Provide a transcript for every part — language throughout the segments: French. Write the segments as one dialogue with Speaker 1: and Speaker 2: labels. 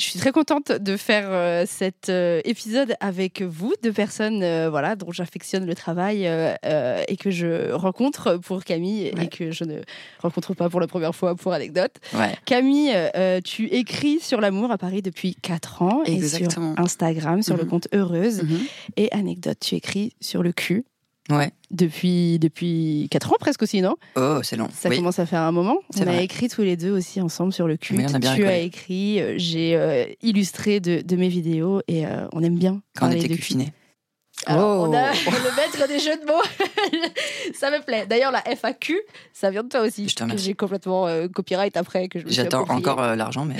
Speaker 1: Je suis très contente de faire euh, cet euh, épisode avec vous, deux personnes euh, voilà, dont j'affectionne le travail euh, euh, et que je rencontre pour Camille et
Speaker 2: Ouais.
Speaker 1: que je ne rencontre pas pour la première fois pour anecdote.
Speaker 2: Ouais.
Speaker 1: Camille, euh, tu écris sur l'amour à Paris depuis 4 ans
Speaker 2: Exactement.
Speaker 1: et sur Instagram, sur le
Speaker 2: Mhm.
Speaker 1: compte Heureuse. Et anecdote, tu écris sur le cul
Speaker 2: Ouais.
Speaker 1: depuis, depuis 4 ans presque aussi, non
Speaker 2: Oh, c'est long.
Speaker 1: Ça
Speaker 2: Oui.
Speaker 1: commence à faire un moment. On
Speaker 2: C'est
Speaker 1: a
Speaker 2: vrai.
Speaker 1: écrit tous les deux aussi ensemble sur le cul.
Speaker 2: Oui, on a bien
Speaker 1: tu as
Speaker 2: rigolé.
Speaker 1: écrit, euh, j'ai euh, illustré de, de mes vidéos et euh, on aime bien
Speaker 2: Quand on
Speaker 1: parler
Speaker 2: était
Speaker 1: de cul.
Speaker 2: cuffinés.
Speaker 1: Alors,
Speaker 2: Oh.
Speaker 1: On a le maître des jeux de mots. ça me plaît. D'ailleurs, la FAQ, ça vient de toi aussi.
Speaker 2: Je te
Speaker 1: que
Speaker 2: remercie.
Speaker 1: J'ai complètement euh, copyright après que je me suis
Speaker 2: J'attends
Speaker 1: approprié.
Speaker 2: encore euh, l'argent, mais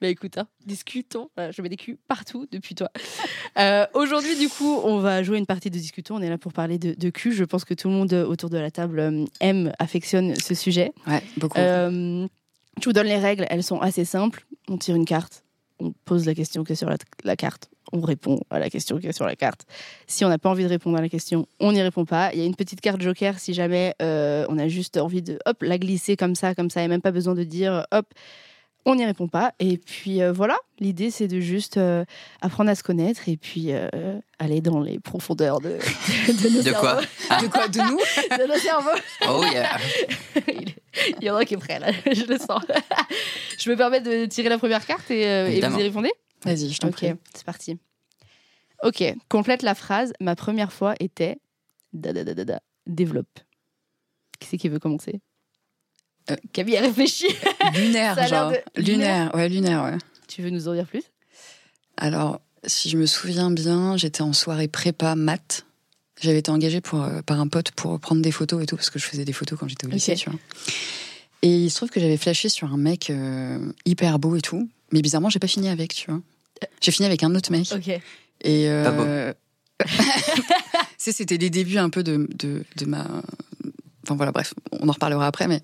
Speaker 1: Bah écoute, hein, discutons. Voilà, je mets des culs partout depuis toi. Euh, Aujourd'hui, du coup, on va jouer une partie de discutons. On est là pour parler de, de cul. Je pense que tout le monde euh, autour de la table euh, aime, affectionne ce sujet.
Speaker 2: ouais, beaucoup.
Speaker 1: Euh, je vous donne les règles. Elles sont assez simples. On tire une carte. On pose la question qui est sur la, la carte. On répond à la question qui est sur la carte. Si on n'a pas envie de répondre à la question, on n'y répond pas. Il y a une petite carte joker si jamais euh, on a juste envie de hop la glisser comme ça, comme ça, et même pas besoin de dire hop. On n'y répond pas. Et puis euh, voilà, l'idée c'est de juste euh, apprendre à se connaître et puis euh, aller dans les profondeurs de, de, nos
Speaker 2: de quoi
Speaker 1: cerveaux.
Speaker 2: De quoi De nous
Speaker 1: De nos cerveaux.
Speaker 2: Oh yeah.
Speaker 1: Il il y en a un qui est prêt, là, je le sens. je me permets de tirer la première carte et, euh, et vous
Speaker 2: Évidemment.
Speaker 1: y répondez
Speaker 3: Vas-y, je t'en
Speaker 1: Ok, c'est parti. Ok, complète la phrase. Ma première fois était. Da, da, da, da, da. Développe. Qui c'est qui veut commencer
Speaker 3: Euh,
Speaker 1: Camille a réfléchi.
Speaker 3: prie. Lunaire,
Speaker 1: Ça a l'air
Speaker 3: genre.
Speaker 1: de-
Speaker 3: Lunaire, ouais, lunaire, ouais.
Speaker 1: tu veux nous en dire plus
Speaker 3: Alors, si je me souviens bien, j'étais en soirée prépa maths. J'avais été engagée pour, euh, par un pote pour prendre des photos et tout, parce que je faisais des photos quand j'étais au lycée,
Speaker 1: Ok.
Speaker 3: tu vois. Et il se trouve que j'avais flashé sur un mec euh, hyper beau et tout, mais bizarrement, j'ai pas fini avec, tu vois. J'ai fini avec un autre mec.
Speaker 1: Ok.
Speaker 3: Et
Speaker 2: Pas
Speaker 3: euh... c'est- c'était les débuts un peu de, de, de ma. Enfin voilà, bref, on en reparlera après. Mais,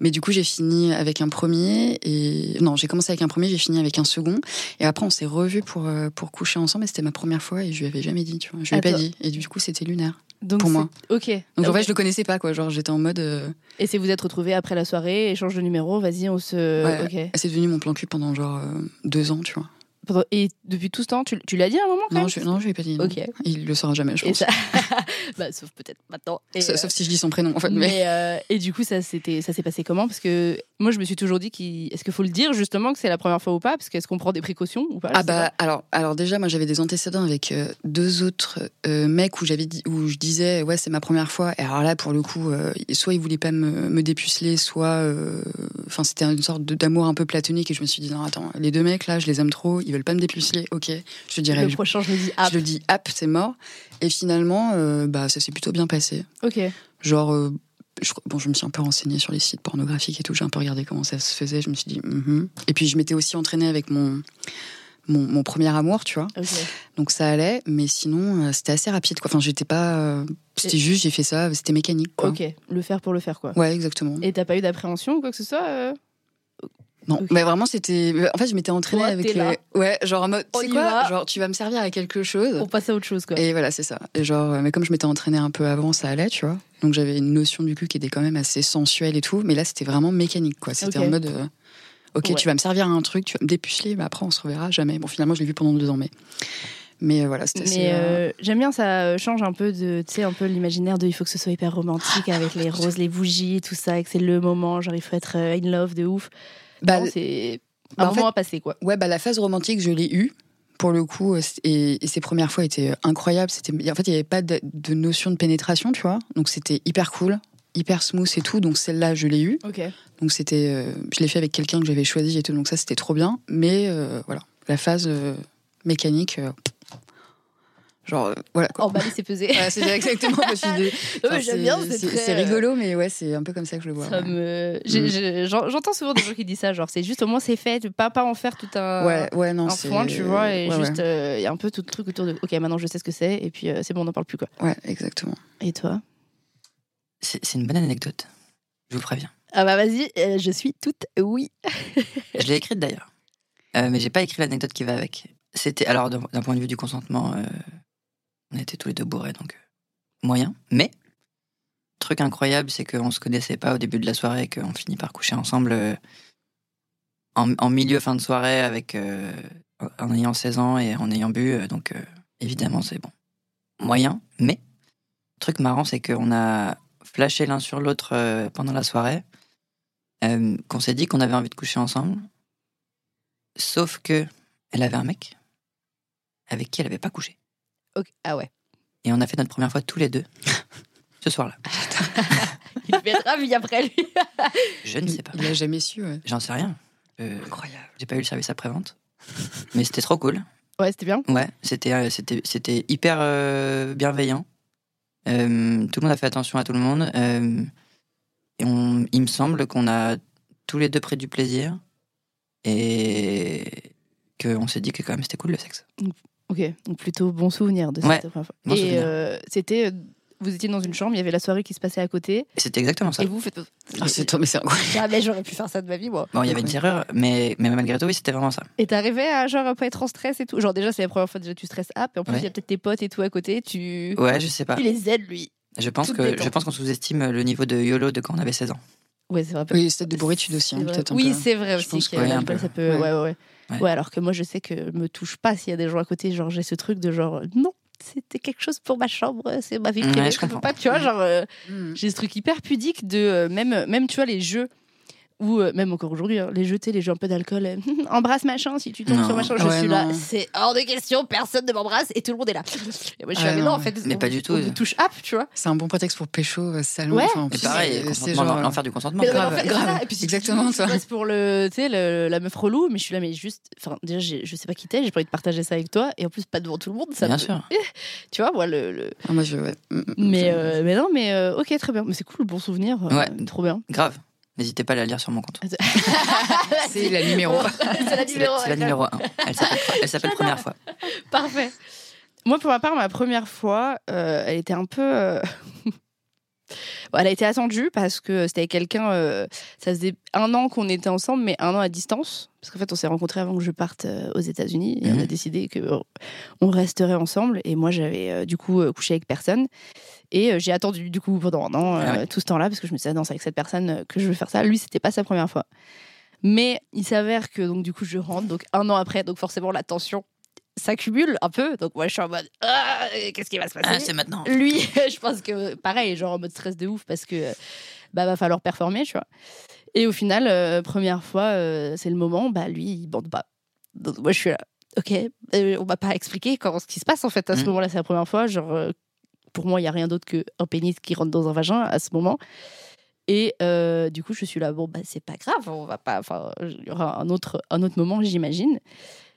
Speaker 3: mais du coup, j'ai fini avec un premier. et Non, j'ai commencé avec un premier, j'ai fini avec un second. Et après, on s'est revus pour, euh, pour coucher ensemble. Et c'était ma première fois et je lui avais jamais dit, tu vois. Je lui ai pas
Speaker 1: Attends.
Speaker 3: dit. Et du coup, c'était lunaire.
Speaker 1: Donc
Speaker 3: Pour
Speaker 1: c'est-
Speaker 3: moi.
Speaker 1: Ok.
Speaker 3: Donc en
Speaker 1: Ok.
Speaker 3: fait, je le connaissais pas, quoi. Genre, j'étais en mode. euh,
Speaker 1: Et c'est vous êtes retrouvés après la soirée, échange de numéros, vas-y, on se. Ok.
Speaker 3: C'est devenu mon plan cul pendant genre euh, deux ans, tu vois.
Speaker 1: Pendant- Et depuis tout ce temps, tu, tu l'as dit à un moment quand
Speaker 3: Non,
Speaker 1: même
Speaker 3: je, non, je lui ai pas dit. non.
Speaker 1: Ah. Ok.
Speaker 3: Il le saura jamais, je
Speaker 1: Et
Speaker 3: pense.
Speaker 1: ça... bah, sauf peut-être maintenant. Et,
Speaker 3: Sa-
Speaker 1: euh,
Speaker 3: Sauf si je dis son prénom, en fait. Mais...
Speaker 1: Mais euh, et du coup, ça c'était ça s'est passé comment Parce que moi, je me suis toujours dit qu'il est-ce qu'il faut le dire justement que c'est la première fois ou pas Parce qu'est-ce qu'on prend des précautions ou pas Je
Speaker 3: Ah
Speaker 1: sais
Speaker 3: bah alors alors déjà moi j'avais des antécédents avec euh, deux autres euh, mecs où j'avais dit où je disais ouais c'est ma première fois et alors là pour le coup euh, soit ils voulaient pas me, me dépuceler soit euh, enfin c'était une sorte de- d'amour un peu platonique et je me suis dit non attends les deux mecs là je les aime trop ils veulent pas me dépuceler ok je te
Speaker 1: pas.
Speaker 3: dirais
Speaker 1: le prochain, je me dis ah
Speaker 3: je le dis hop c'est mort et finalement euh, bah ça s'est plutôt bien passé
Speaker 1: ok.
Speaker 3: genre euh, je, bon, je me suis un peu renseignée sur les sites pornographiques et tout. J'ai un peu regardé comment ça se faisait. Je me suis dit, mhm. et puis je m'étais aussi entraînée avec mon, mon mon premier amour, tu vois.
Speaker 1: ok.
Speaker 3: Donc ça allait, mais sinon euh, c'était assez rapide. Quoi. Enfin, j'étais pas, euh, c'était
Speaker 1: Et-
Speaker 3: juste, j'ai fait ça, c'était mécanique. Quoi.
Speaker 1: Ok, le faire pour le faire quoi.
Speaker 3: Ouais, exactement.
Speaker 1: Et t'as pas eu d'appréhension ou quoi que ce soit euh
Speaker 3: Non,
Speaker 1: ok.
Speaker 3: mais vraiment c'était. En fait, je m'étais entraînée
Speaker 1: Toi,
Speaker 3: avec.
Speaker 1: t'es là.
Speaker 3: les- Ouais, genre en mode,
Speaker 1: On
Speaker 3: tu sais
Speaker 1: y
Speaker 3: quoi,
Speaker 1: va.
Speaker 3: genre tu vas me servir à quelque chose.
Speaker 1: On passe à autre chose quoi.
Speaker 3: Et voilà, c'est ça. Et genre, euh, mais comme je m'étais entraînée un peu avant, ça allait, tu vois. Donc j'avais une notion du cul qui était quand même assez sensuelle et tout. Mais là, c'était vraiment mécanique, quoi. C'était
Speaker 1: Ok.
Speaker 3: en mode, euh, ok,
Speaker 1: Ouais.
Speaker 3: tu vas me servir à un truc, tu vas me dépuceler, mais après, on se reverra jamais. Bon, finalement, je l'ai vu pendant deux ans, mais. Mais euh, voilà, c'était assez,
Speaker 1: Mais
Speaker 3: euh,
Speaker 1: euh, j'aime bien ça euh, change un peu de tu sais un peu l'imaginaire de il faut que ce soit hyper romantique avec les roses, les bougies, tout ça, et que c'est le moment, genre il faut être euh, in love de ouf.
Speaker 3: bah,
Speaker 1: Non, c'est un
Speaker 3: bah, en
Speaker 1: moment à passer quoi.
Speaker 3: Ouais, bah la phase romantique, je l'ai eue. Pour le coup, euh, c- et, et ces premières fois étaient euh, incroyables. C'était, en fait, il n'y avait pas de, de notion de pénétration, tu vois. Donc c'était hyper cool, hyper smooth et tout. Donc celle-là, je l'ai eue.
Speaker 1: Ok.
Speaker 3: Donc c'était, euh, je l'ai fait avec quelqu'un que j'avais choisi et tout. Donc ça, c'était trop bien. Mais euh, voilà, la phase euh, mécanique, euh, Genre, euh, voilà quoi.
Speaker 1: Emballer, c'est peser.
Speaker 3: Voilà, c'est exactement ma fille de-
Speaker 1: Ouais,
Speaker 3: Enfin,
Speaker 1: j'aime bien, c'est
Speaker 3: c'est
Speaker 1: très, euh,
Speaker 3: c'est rigolo, mais ouais, c'est un peu comme ça que je le vois.
Speaker 1: Ça
Speaker 3: ouais.
Speaker 1: me- j'ai-
Speaker 3: Mm.
Speaker 1: j'ai- j'en- J'entends souvent des gens qui disent ça, genre c'est juste au moins c'est fait, pas, pas en faire tout un,
Speaker 3: Ouais, ouais, non,
Speaker 1: un
Speaker 3: c'est.
Speaker 1: foin, tu vois, et
Speaker 3: ouais,
Speaker 1: juste euh, il y a un peu tout le truc autour de ok, maintenant je sais ce que c'est, et puis euh, c'est bon, on n'en parle plus quoi.
Speaker 3: Ouais, ouais, exactement.
Speaker 1: Et toi
Speaker 2: C'est c'est une bonne anecdote. Je vous préviens.
Speaker 1: Ah bah vas-y, euh, je suis toute oui.
Speaker 2: Je l'ai écrite d'ailleurs. Euh, mais j'ai pas écrit l'anecdote qui va avec. C'était alors d'un d'un point de vue du consentement, euh, on était tous les deux bourrés donc euh, moyen. Mais truc incroyable, c'est qu'on se connaissait pas au début de la soirée et qu'on finit par coucher ensemble euh, en, en milieu fin de soirée avec euh, en ayant 16 ans et en ayant bu. euh, donc euh, évidemment c'est bon moyen. Mais truc marrant, c'est qu'on a flashé l'un sur l'autre euh, pendant la soirée euh, qu'on s'est dit qu'on avait envie de coucher ensemble. Sauf que elle avait un mec avec qui elle n'avait pas couché.
Speaker 1: Ok, Ah ouais.
Speaker 2: Et on a fait notre première fois tous les deux ce soir-là.
Speaker 1: Il va être ravi après lui.
Speaker 2: Je ne sais pas.
Speaker 3: Il l'a jamais su, ouais.
Speaker 2: J'en sais rien. Incroyable. J'ai pas eu le service après-vente. Mais c'était trop cool.
Speaker 1: Ouais, c'était bien.
Speaker 2: Ouais, c'était euh, c'était c'était hyper euh, bienveillant. Euh, tout le monde a fait attention à tout le monde. Euh, et on, il me semble qu'on a tous les deux pris du plaisir et qu'on s'est dit que quand même c'était cool le sexe.
Speaker 1: Ok, donc plutôt bon souvenir de cette
Speaker 2: Ouais,
Speaker 1: première fois.
Speaker 2: bon
Speaker 1: et
Speaker 2: souvenir.
Speaker 1: euh, c'était. euh, Vous étiez dans une chambre, il y avait la soirée qui se passait à côté.
Speaker 2: Et C'était exactement ça.
Speaker 1: Et vous faites.
Speaker 3: Ah, c'est toi, mais c'est incroyable.
Speaker 1: Jamais j'aurais pu faire ça de ma vie, moi.
Speaker 2: Bon, il y avait une erreur, mais, mais malgré tout, oui, c'était vraiment ça.
Speaker 1: Et t'arrivais à genre pas être en stress et tout. Genre déjà c'est la première fois déjà tu stresses up et en plus il
Speaker 2: Ouais.
Speaker 1: y a peut-être tes potes et tout à côté. Tu,
Speaker 2: Ouais, je sais pas.
Speaker 1: tu les aides lui.
Speaker 2: Je pense
Speaker 1: Toute
Speaker 2: que
Speaker 1: détente.
Speaker 2: je pense qu'on sous-estime le niveau de YOLO de quand on avait 16 ans.
Speaker 1: Ouais c'est vrai.
Speaker 3: Oui, c'est de bourritude aussi, hein,
Speaker 1: C'est vrai.
Speaker 3: peut-être. un
Speaker 1: oui
Speaker 3: peu.
Speaker 1: c'est vrai
Speaker 3: Je
Speaker 1: aussi.
Speaker 3: pense
Speaker 1: que
Speaker 2: que oui, un
Speaker 1: l'alcool,
Speaker 2: peu.
Speaker 1: ça peut. Ouais ouais
Speaker 3: Ouais.
Speaker 1: ouais.
Speaker 2: Ouais.
Speaker 1: Ouais, alors que moi je sais que me touche pas s'il y a des gens à côté. Genre j'ai ce truc de genre non c'était quelque chose pour ma chambre c'est ma vie
Speaker 2: Ouais,
Speaker 1: privée.
Speaker 2: je
Speaker 1: je peux
Speaker 2: comprends.
Speaker 1: pas tu vois genre euh,
Speaker 3: Mm.
Speaker 1: j'ai ce truc hyper pudique de euh, même même tu vois les jeux. Ou euh, même encore aujourd'hui, hein, les jeter, les jeux un peu d'alcool. euh, embrasse machin, si tu tombes
Speaker 2: Non.
Speaker 1: sur machin, je
Speaker 3: Ouais,
Speaker 1: suis là.
Speaker 3: non.
Speaker 1: C'est hors de question, personne ne m'embrasse et tout le monde est là. Et moi, je suis là,
Speaker 3: Ah,
Speaker 1: mais non,
Speaker 3: non,
Speaker 1: en fait.
Speaker 2: mais
Speaker 1: on-
Speaker 2: pas du tout.
Speaker 1: On me touche up, tu vois.
Speaker 3: C'est un bon prétexte pour pécho, euh, salon.
Speaker 1: Ouais.
Speaker 3: enfin, en
Speaker 2: Et
Speaker 3: plus,
Speaker 2: pareil,
Speaker 3: c'est- c'est
Speaker 2: consentement,
Speaker 3: genre, euh,
Speaker 2: l'enfer du consentement.
Speaker 1: Mais non, mais
Speaker 3: grave,
Speaker 1: en fait, c'est
Speaker 3: grave.
Speaker 1: ça. Et puis, si
Speaker 3: Exactement,
Speaker 1: tu- tu
Speaker 3: toi.
Speaker 1: passes pour le, tu sais, le- la meuf relou, mais je suis là, mais juste, enfin, déjà, j'ai- je sais pas qui t'es, j'ai pas envie de partager ça avec toi, et en plus pas devant tout le monde, ça.
Speaker 2: Bien
Speaker 1: me-
Speaker 2: sûr.
Speaker 1: Tu vois, moi le, le-
Speaker 3: Ah, moi, je. ouais. Mm, mm,
Speaker 1: Mais,
Speaker 3: je-
Speaker 1: euh, mais non, mais euh, ok, très bien, mais c'est cool, bon souvenir, euh,
Speaker 2: Ouais.
Speaker 1: trop bien.
Speaker 2: Grave. N'hésitez pas à la lire sur mon compte.
Speaker 3: C'est la numéro.
Speaker 1: c'est la
Speaker 2: C'est la,
Speaker 1: numéro.
Speaker 2: c'est la numéro 1. Elle s'appelle, elle s'appelle première fois.
Speaker 1: Parfait. Moi, pour ma part, ma première fois, euh, elle était un peu. euh, bon, elle a été attendue parce que c'était avec quelqu'un. euh, Ça faisait un an qu'on était ensemble, mais un an à distance. Parce qu'en fait, on s'est rencontrés avant que je parte euh, aux États-Unis et on a
Speaker 2: Mhm.
Speaker 1: décidé que euh, on resterait ensemble. Et moi, j'avais euh, du coup euh, couché avec personne. Et euh, j'ai attendu du coup pendant un an euh,
Speaker 2: Ah ouais.
Speaker 1: tout ce temps-là parce que je me disais, ah, non, c'est avec cette personne euh, que je veux faire ça. Lui, c'était pas sa première fois. Mais il s'avère que donc du coup je rentre donc un an après donc forcément la tension s'accumule un peu donc moi je suis en mode Ah, qu'est-ce qui va se
Speaker 2: Ah,
Speaker 1: passer
Speaker 2: c'est maintenant.
Speaker 1: lui je pense que pareil genre en mode stress de ouf parce que euh, bah va falloir performer tu vois et au final euh, première fois euh, c'est le moment bah lui il bande pas donc moi je suis là ok euh, on m'a pas expliqué quand, ce qui se passe en fait à ce
Speaker 2: Mm.
Speaker 1: moment-là c'est la première fois genre euh, pour moi il y a rien d'autre que un pénis qui rentre dans un vagin à ce moment et euh, du coup, je suis là, bon, bah, c'est pas grave, on va pas. Enfin, il y aura un autre, un autre moment, j'imagine.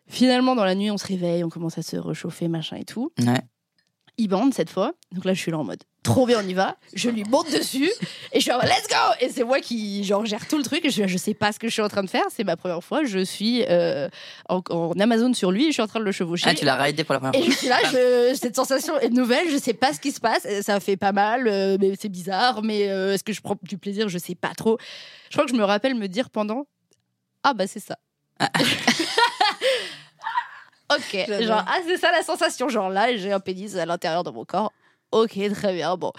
Speaker 1: Finalement, dans la nuit, on se réveille, on commence à se réchauffer, machin et tout.
Speaker 2: Ouais.
Speaker 1: Il bande cette fois. Donc là, je suis là en mode, trop bien, on y va. Je lui monte dessus et je suis en mode, let's go Et c'est moi qui, genre, gère tout le truc. Et je suis là, je sais pas ce que je suis en train de faire. C'est ma première fois. Je suis euh, en, en Amazon sur lui et je suis en train de le chevaucher.
Speaker 2: Ah, tu l'as raidé pour la première
Speaker 1: Et
Speaker 2: fois.
Speaker 1: je suis là, je- cette sensation est nouvelle, je sais pas ce qui se passe, euh, ça fait pas mal, euh, mais c'est bizarre, mais euh, est-ce que je prends du plaisir Je sais pas trop. Je crois que je me rappelle me dire pendant Ah bah c'est ça. ok,
Speaker 3: J'adore.
Speaker 1: genre Ah c'est ça la sensation, genre là j'ai un pénis à l'intérieur de mon corps. Ok, très bien, bon.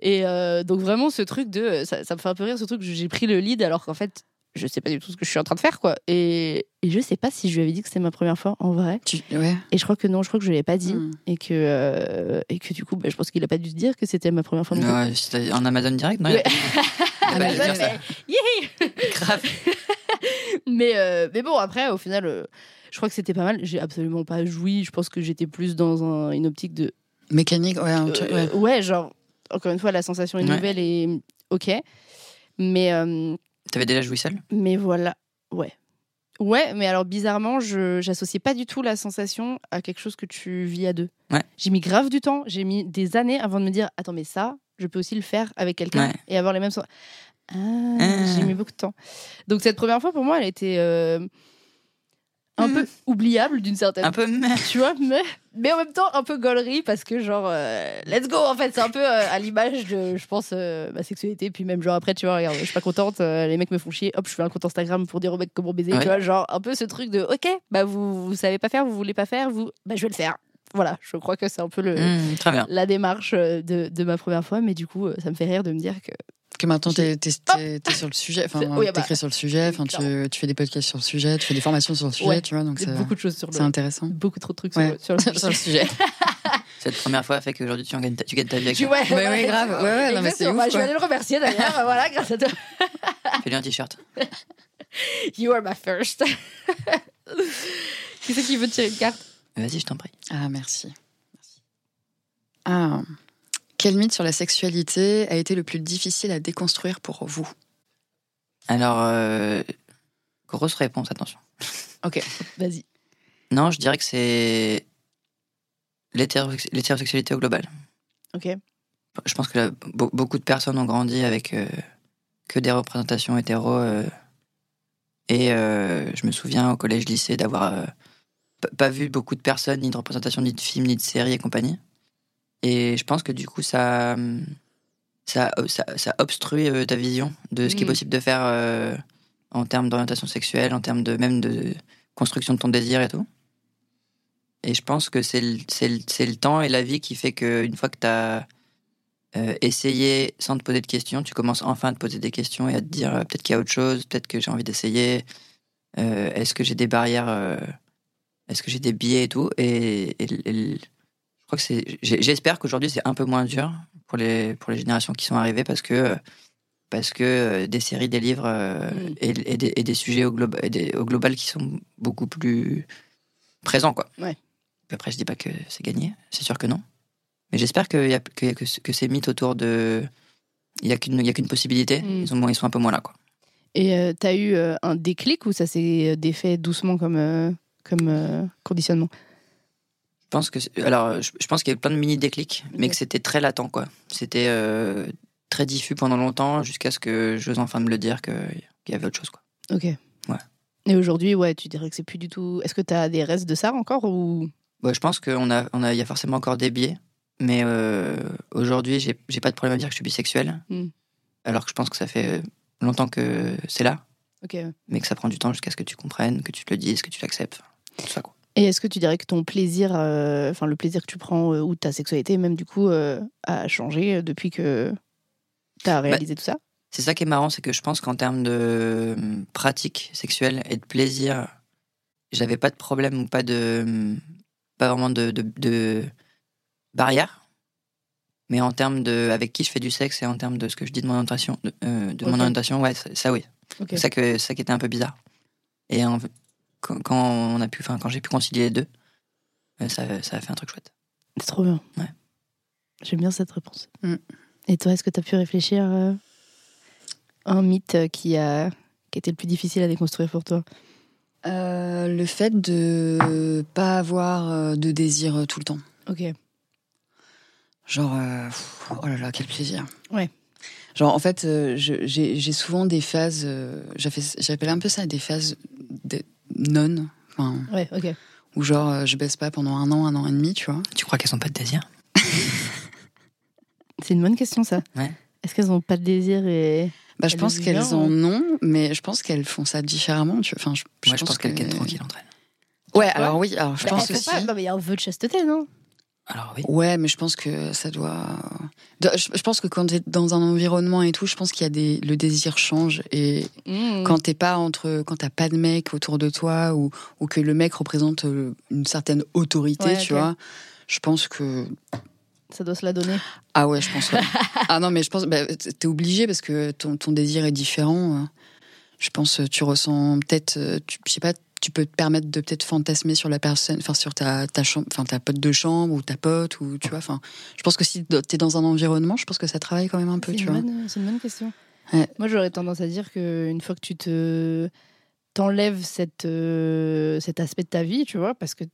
Speaker 1: Et euh, donc vraiment ce truc de, euh, ça, ça me fait un peu rire ce truc, j'ai pris le lead alors qu'en fait je sais pas du tout ce que je suis en train de faire quoi. Et, et je sais pas si je lui avais dit que c'était ma première fois en vrai.
Speaker 3: Tu- Ouais.
Speaker 1: Et je crois que non, je crois que je l'ai pas dit
Speaker 3: Mm.
Speaker 1: et que euh, et que du coup, bah, je pense qu'il a pas dû se dire que c'était ma première fois. non plus.
Speaker 2: Ouais, c'était en Amazon direct, non il y
Speaker 1: Ouais.
Speaker 2: a pas- il y a pas
Speaker 3: bah,
Speaker 2: à dire ça. Grave.
Speaker 1: Mais euh, mais bon, après, au final, euh, je crois que c'était pas mal. J'ai absolument pas joui. Je pense que j'étais plus dans un- une optique de
Speaker 3: Mécanique, ouais, un truc. Ouais.
Speaker 1: Euh, ouais, genre encore une fois, la sensation est
Speaker 2: Ouais.
Speaker 1: nouvelle et ok. Mais euh,
Speaker 2: T'avais déjà joué seul
Speaker 1: mais voilà, ouais. Ouais, mais alors bizarrement, je j'associe pas du tout la sensation à quelque chose que tu vis à deux.
Speaker 2: Ouais.
Speaker 1: J'ai mis grave du temps, j'ai mis des années avant de me dire attends mais ça, je peux aussi le faire avec quelqu'un
Speaker 2: Ouais.
Speaker 1: et avoir les mêmes sens. Ah,
Speaker 2: Ah.
Speaker 1: J'ai mis beaucoup de temps. Donc cette première fois pour moi, elle était euh, un
Speaker 2: Hmm.
Speaker 1: peu oubliable d'une certaine
Speaker 2: Un peu merde.
Speaker 1: tu vois, mais, mais en même temps un peu gaulerie parce que genre euh, let's go en fait, c'est un peu euh, à l'image de je pense euh, ma sexualité puis même genre après tu vois regarde, je suis pas contente, euh, les mecs me font chier, hop, je fais un compte Instagram pour dire aux mecs comment baiser,
Speaker 2: Ouais.
Speaker 1: tu vois, genre un peu ce truc de OK, bah vous vous savez pas faire, vous voulez pas faire, vous bah je vais le faire. Voilà, je crois que c'est un peu le
Speaker 3: Mm.
Speaker 2: Mmh, très bien.
Speaker 1: la démarche euh, de, de ma première fois, mais du coup, euh, ça me fait rire de me dire que.
Speaker 3: Que maintenant, t'es t'es- t'es- t'es sur le sujet, enfin,
Speaker 1: C'est- oui, ah bah,
Speaker 3: t'écris sur le sujet, enfin, tu,
Speaker 1: clairement.
Speaker 3: tu fais des podcasts sur le sujet, tu fais des formations sur le sujet,
Speaker 1: Ouais.
Speaker 3: tu vois, donc
Speaker 1: Il y
Speaker 3: c'est
Speaker 1: a beaucoup de choses sur
Speaker 3: c'est
Speaker 1: le.
Speaker 3: intéressant.
Speaker 1: Beaucoup trop de trucs
Speaker 3: Ouais.
Speaker 1: sur, sur le
Speaker 3: sur le sujet.
Speaker 2: Cette première fois fait qu'aujourd'hui tu, en gagnes ta- tu gagnes ta vie avec
Speaker 1: Tu
Speaker 2: ça.
Speaker 1: vois,
Speaker 3: Mais oui, grave. Ouais, ouais, non, mais c'est
Speaker 1: Exactement.
Speaker 3: ouf,
Speaker 1: Bah, Je
Speaker 3: quoi.
Speaker 1: vais aller le remercier d'ailleurs. voilà, grâce à toi.
Speaker 2: Fais-lui un t-shirt.
Speaker 1: You are my first. qui c'est qui veut tirer une carte
Speaker 2: Vas-y, je t'en prie.
Speaker 3: Ah, merci. Ah. Quel mythe sur la sexualité a été le plus difficile à déconstruire pour vous
Speaker 2: Alors, euh, grosse réponse, attention.
Speaker 1: Vas-y.
Speaker 2: Non, je dirais que c'est l'hétérosex- l'hétérosexualité au global.
Speaker 1: Ok.
Speaker 2: Je pense que là, be- beaucoup de personnes ont grandi avec euh, que des représentations hétéro. euh, et euh, je me souviens au collège-lycée d'avoir euh, p- pas vu beaucoup de personnes, ni de représentations, ni de films, ni de séries et compagnie. Et je pense que du coup, ça, hum, ça, euh, ça, ça obstrue euh, ta vision de ce qui est
Speaker 1: Mm.
Speaker 2: possible de faire euh, en termes d'orientation sexuelle, en termes de même de construction de ton désir et tout. Et je pense que c'est le, c'est le- c'est le temps et la vie qui fait qu'une fois que tu as essayé Euh, sans te poser de questions, tu commences enfin à te poser des questions et à te dire euh, peut-être qu'il y a autre chose, peut-être que j'ai envie d'essayer, euh, est-ce que j'ai des barrières, euh, est-ce que j'ai des biais et tout. Et, et le- et le- je crois que c'est. j'ai- J'espère qu'aujourd'hui c'est un peu moins dur pour les, pour les générations qui sont arrivées parce que. euh, Parce que euh, des séries, des livres euh,
Speaker 1: Mm.
Speaker 2: et, et des, et des sujets au, globa- et des- au global qui sont beaucoup plus présent, quoi.
Speaker 1: Ouais.
Speaker 2: Puis Après, je dis pas que c'est gagné, c'est sûr que non. Mais j'espère qu'il y a, que, que, ce- que ces mythes autour de. Il n'y a qu'une il y a qu'une possibilité,
Speaker 1: Mm.
Speaker 2: ils, sont, ils sont un peu moins là, quoi.
Speaker 1: Et euh, t'as eu euh, un déclic ou ça s'est euh, défait doucement comme, euh, comme euh, conditionnement
Speaker 2: Je pense que c'est- alors, je, je pense qu'il y a eu plein de mini déclics, mais
Speaker 1: Ok.
Speaker 2: que c'était très latent, quoi. C'était euh, très diffus pendant longtemps, jusqu'à ce que j'ose enfin me le dire que- qu'il y avait autre chose, quoi.
Speaker 1: Ok.
Speaker 2: Ouais.
Speaker 1: Et aujourd'hui, ouais, tu dirais que c'est plus du tout. Est-ce que t'as des restes de ça encore ou
Speaker 2: Ouais, je pense qu'on a, on a, il y a forcément encore des biais, mais euh, aujourd'hui, j'ai j'ai pas de problème à dire que je suis bisexuel,
Speaker 1: Mm.
Speaker 2: alors que je pense que ça fait euh, longtemps que c'est là.
Speaker 1: Ok. ouais.
Speaker 2: mais que ça prend du temps jusqu'à ce que tu comprennes, que tu te le dises, que tu l'acceptes. Tout ça, quoi.
Speaker 1: Et est-ce que tu dirais que ton plaisir, euh, enfin le plaisir que tu prends euh, ou ta sexualité, même du coup, euh, a changé depuis que t'as réalisé tout ça
Speaker 2: C'est ça qui est marrant, c'est que je pense qu'en termes de hum, pratique sexuelle et de plaisir, j'avais pas de problème ou pas de. hum, pas vraiment de, de, de barrière. Mais en termes de. avec qui je fais du sexe et en termes de ce que je dis de mon orientation, de, euh, de mon
Speaker 1: Ok.
Speaker 2: orientation ouais, ça, ça, oui.
Speaker 1: Ok.
Speaker 2: C'est ça, que, ça qui était un peu bizarre. Et en- quand, quand on a pu, enfin, quand j'ai pu concilier les deux, euh, ça, ça a fait un truc chouette.
Speaker 1: C'est trop bien.
Speaker 2: Ouais.
Speaker 1: J'aime bien cette réponse.
Speaker 3: Mm.
Speaker 1: Et toi, est-ce que tu as pu réfléchir euh, à un mythe euh, qui a qui était le plus difficile à déconstruire pour toi
Speaker 3: Euh, Le fait de pas avoir euh, de désir euh, tout le temps.
Speaker 1: Ok.
Speaker 3: Genre, euh, pff, oh là là, quel plaisir.
Speaker 1: Ouais.
Speaker 3: Genre, en fait, euh, je- j'ai j'ai souvent des phases, euh, j'appelle j'appelle un peu ça des phases de non, enfin,
Speaker 1: Ouais, ok.
Speaker 3: où genre, euh, je baisse pas pendant un an, un an et demi, tu vois.
Speaker 2: Tu crois qu'elles sont pas de désir
Speaker 1: C'est une bonne question, ça.
Speaker 2: Ouais.
Speaker 1: Est-ce qu'elles n'ont pas de désir et.
Speaker 3: Bah, je
Speaker 1: Elles
Speaker 3: pense
Speaker 1: le
Speaker 3: qu'elles
Speaker 1: ignorent,
Speaker 3: en ont, mais je pense qu'elles font ça différemment. Tu... Enfin, je,
Speaker 2: Moi, je pense qu'elle gagne
Speaker 3: que-
Speaker 2: tranquille entre elles.
Speaker 3: Ouais, alors oui, alors je
Speaker 1: Bah,
Speaker 3: pense
Speaker 1: elles font
Speaker 3: aussi.
Speaker 1: pas- Non, mais il y a un vœu de chasteté, non
Speaker 2: Alors oui.
Speaker 3: Ouais, mais je pense que ça doit. de- Je je pense que quand t'es dans un environnement et tout, je pense qu'il y a des le désir change et
Speaker 1: Mm.
Speaker 3: quand t'es pas entre quand t'as pas de mec autour de toi ou ou que le mec représente euh, une certaine autorité,
Speaker 1: Ouais,
Speaker 3: tu
Speaker 1: ok.
Speaker 3: vois. Je pense que
Speaker 1: Ça doit se la donner.
Speaker 3: ah ouais, je pense. ouais. ah non, mais je pense bah, t'es obligé parce que ton, ton désir est différent. hein. Je pense euh, tu ressens peut-être, euh, tu- je sais pas, tu peux te permettre de peut-être fantasmer sur la personne, enfin sur ta ta chambre, enfin ta pote de chambre ou ta pote ou tu vois. Enfin, je pense que si t'es dans un environnement, je pense que ça travaille quand même un peu,
Speaker 1: C'est
Speaker 3: tu
Speaker 1: une
Speaker 3: vois.
Speaker 1: bonne- C'est une bonne question.
Speaker 3: Ouais.
Speaker 1: Moi, j'aurais tendance à dire qu'une fois que tu te t'enlèves cette, euh, cet aspect de ta vie, tu vois, parce que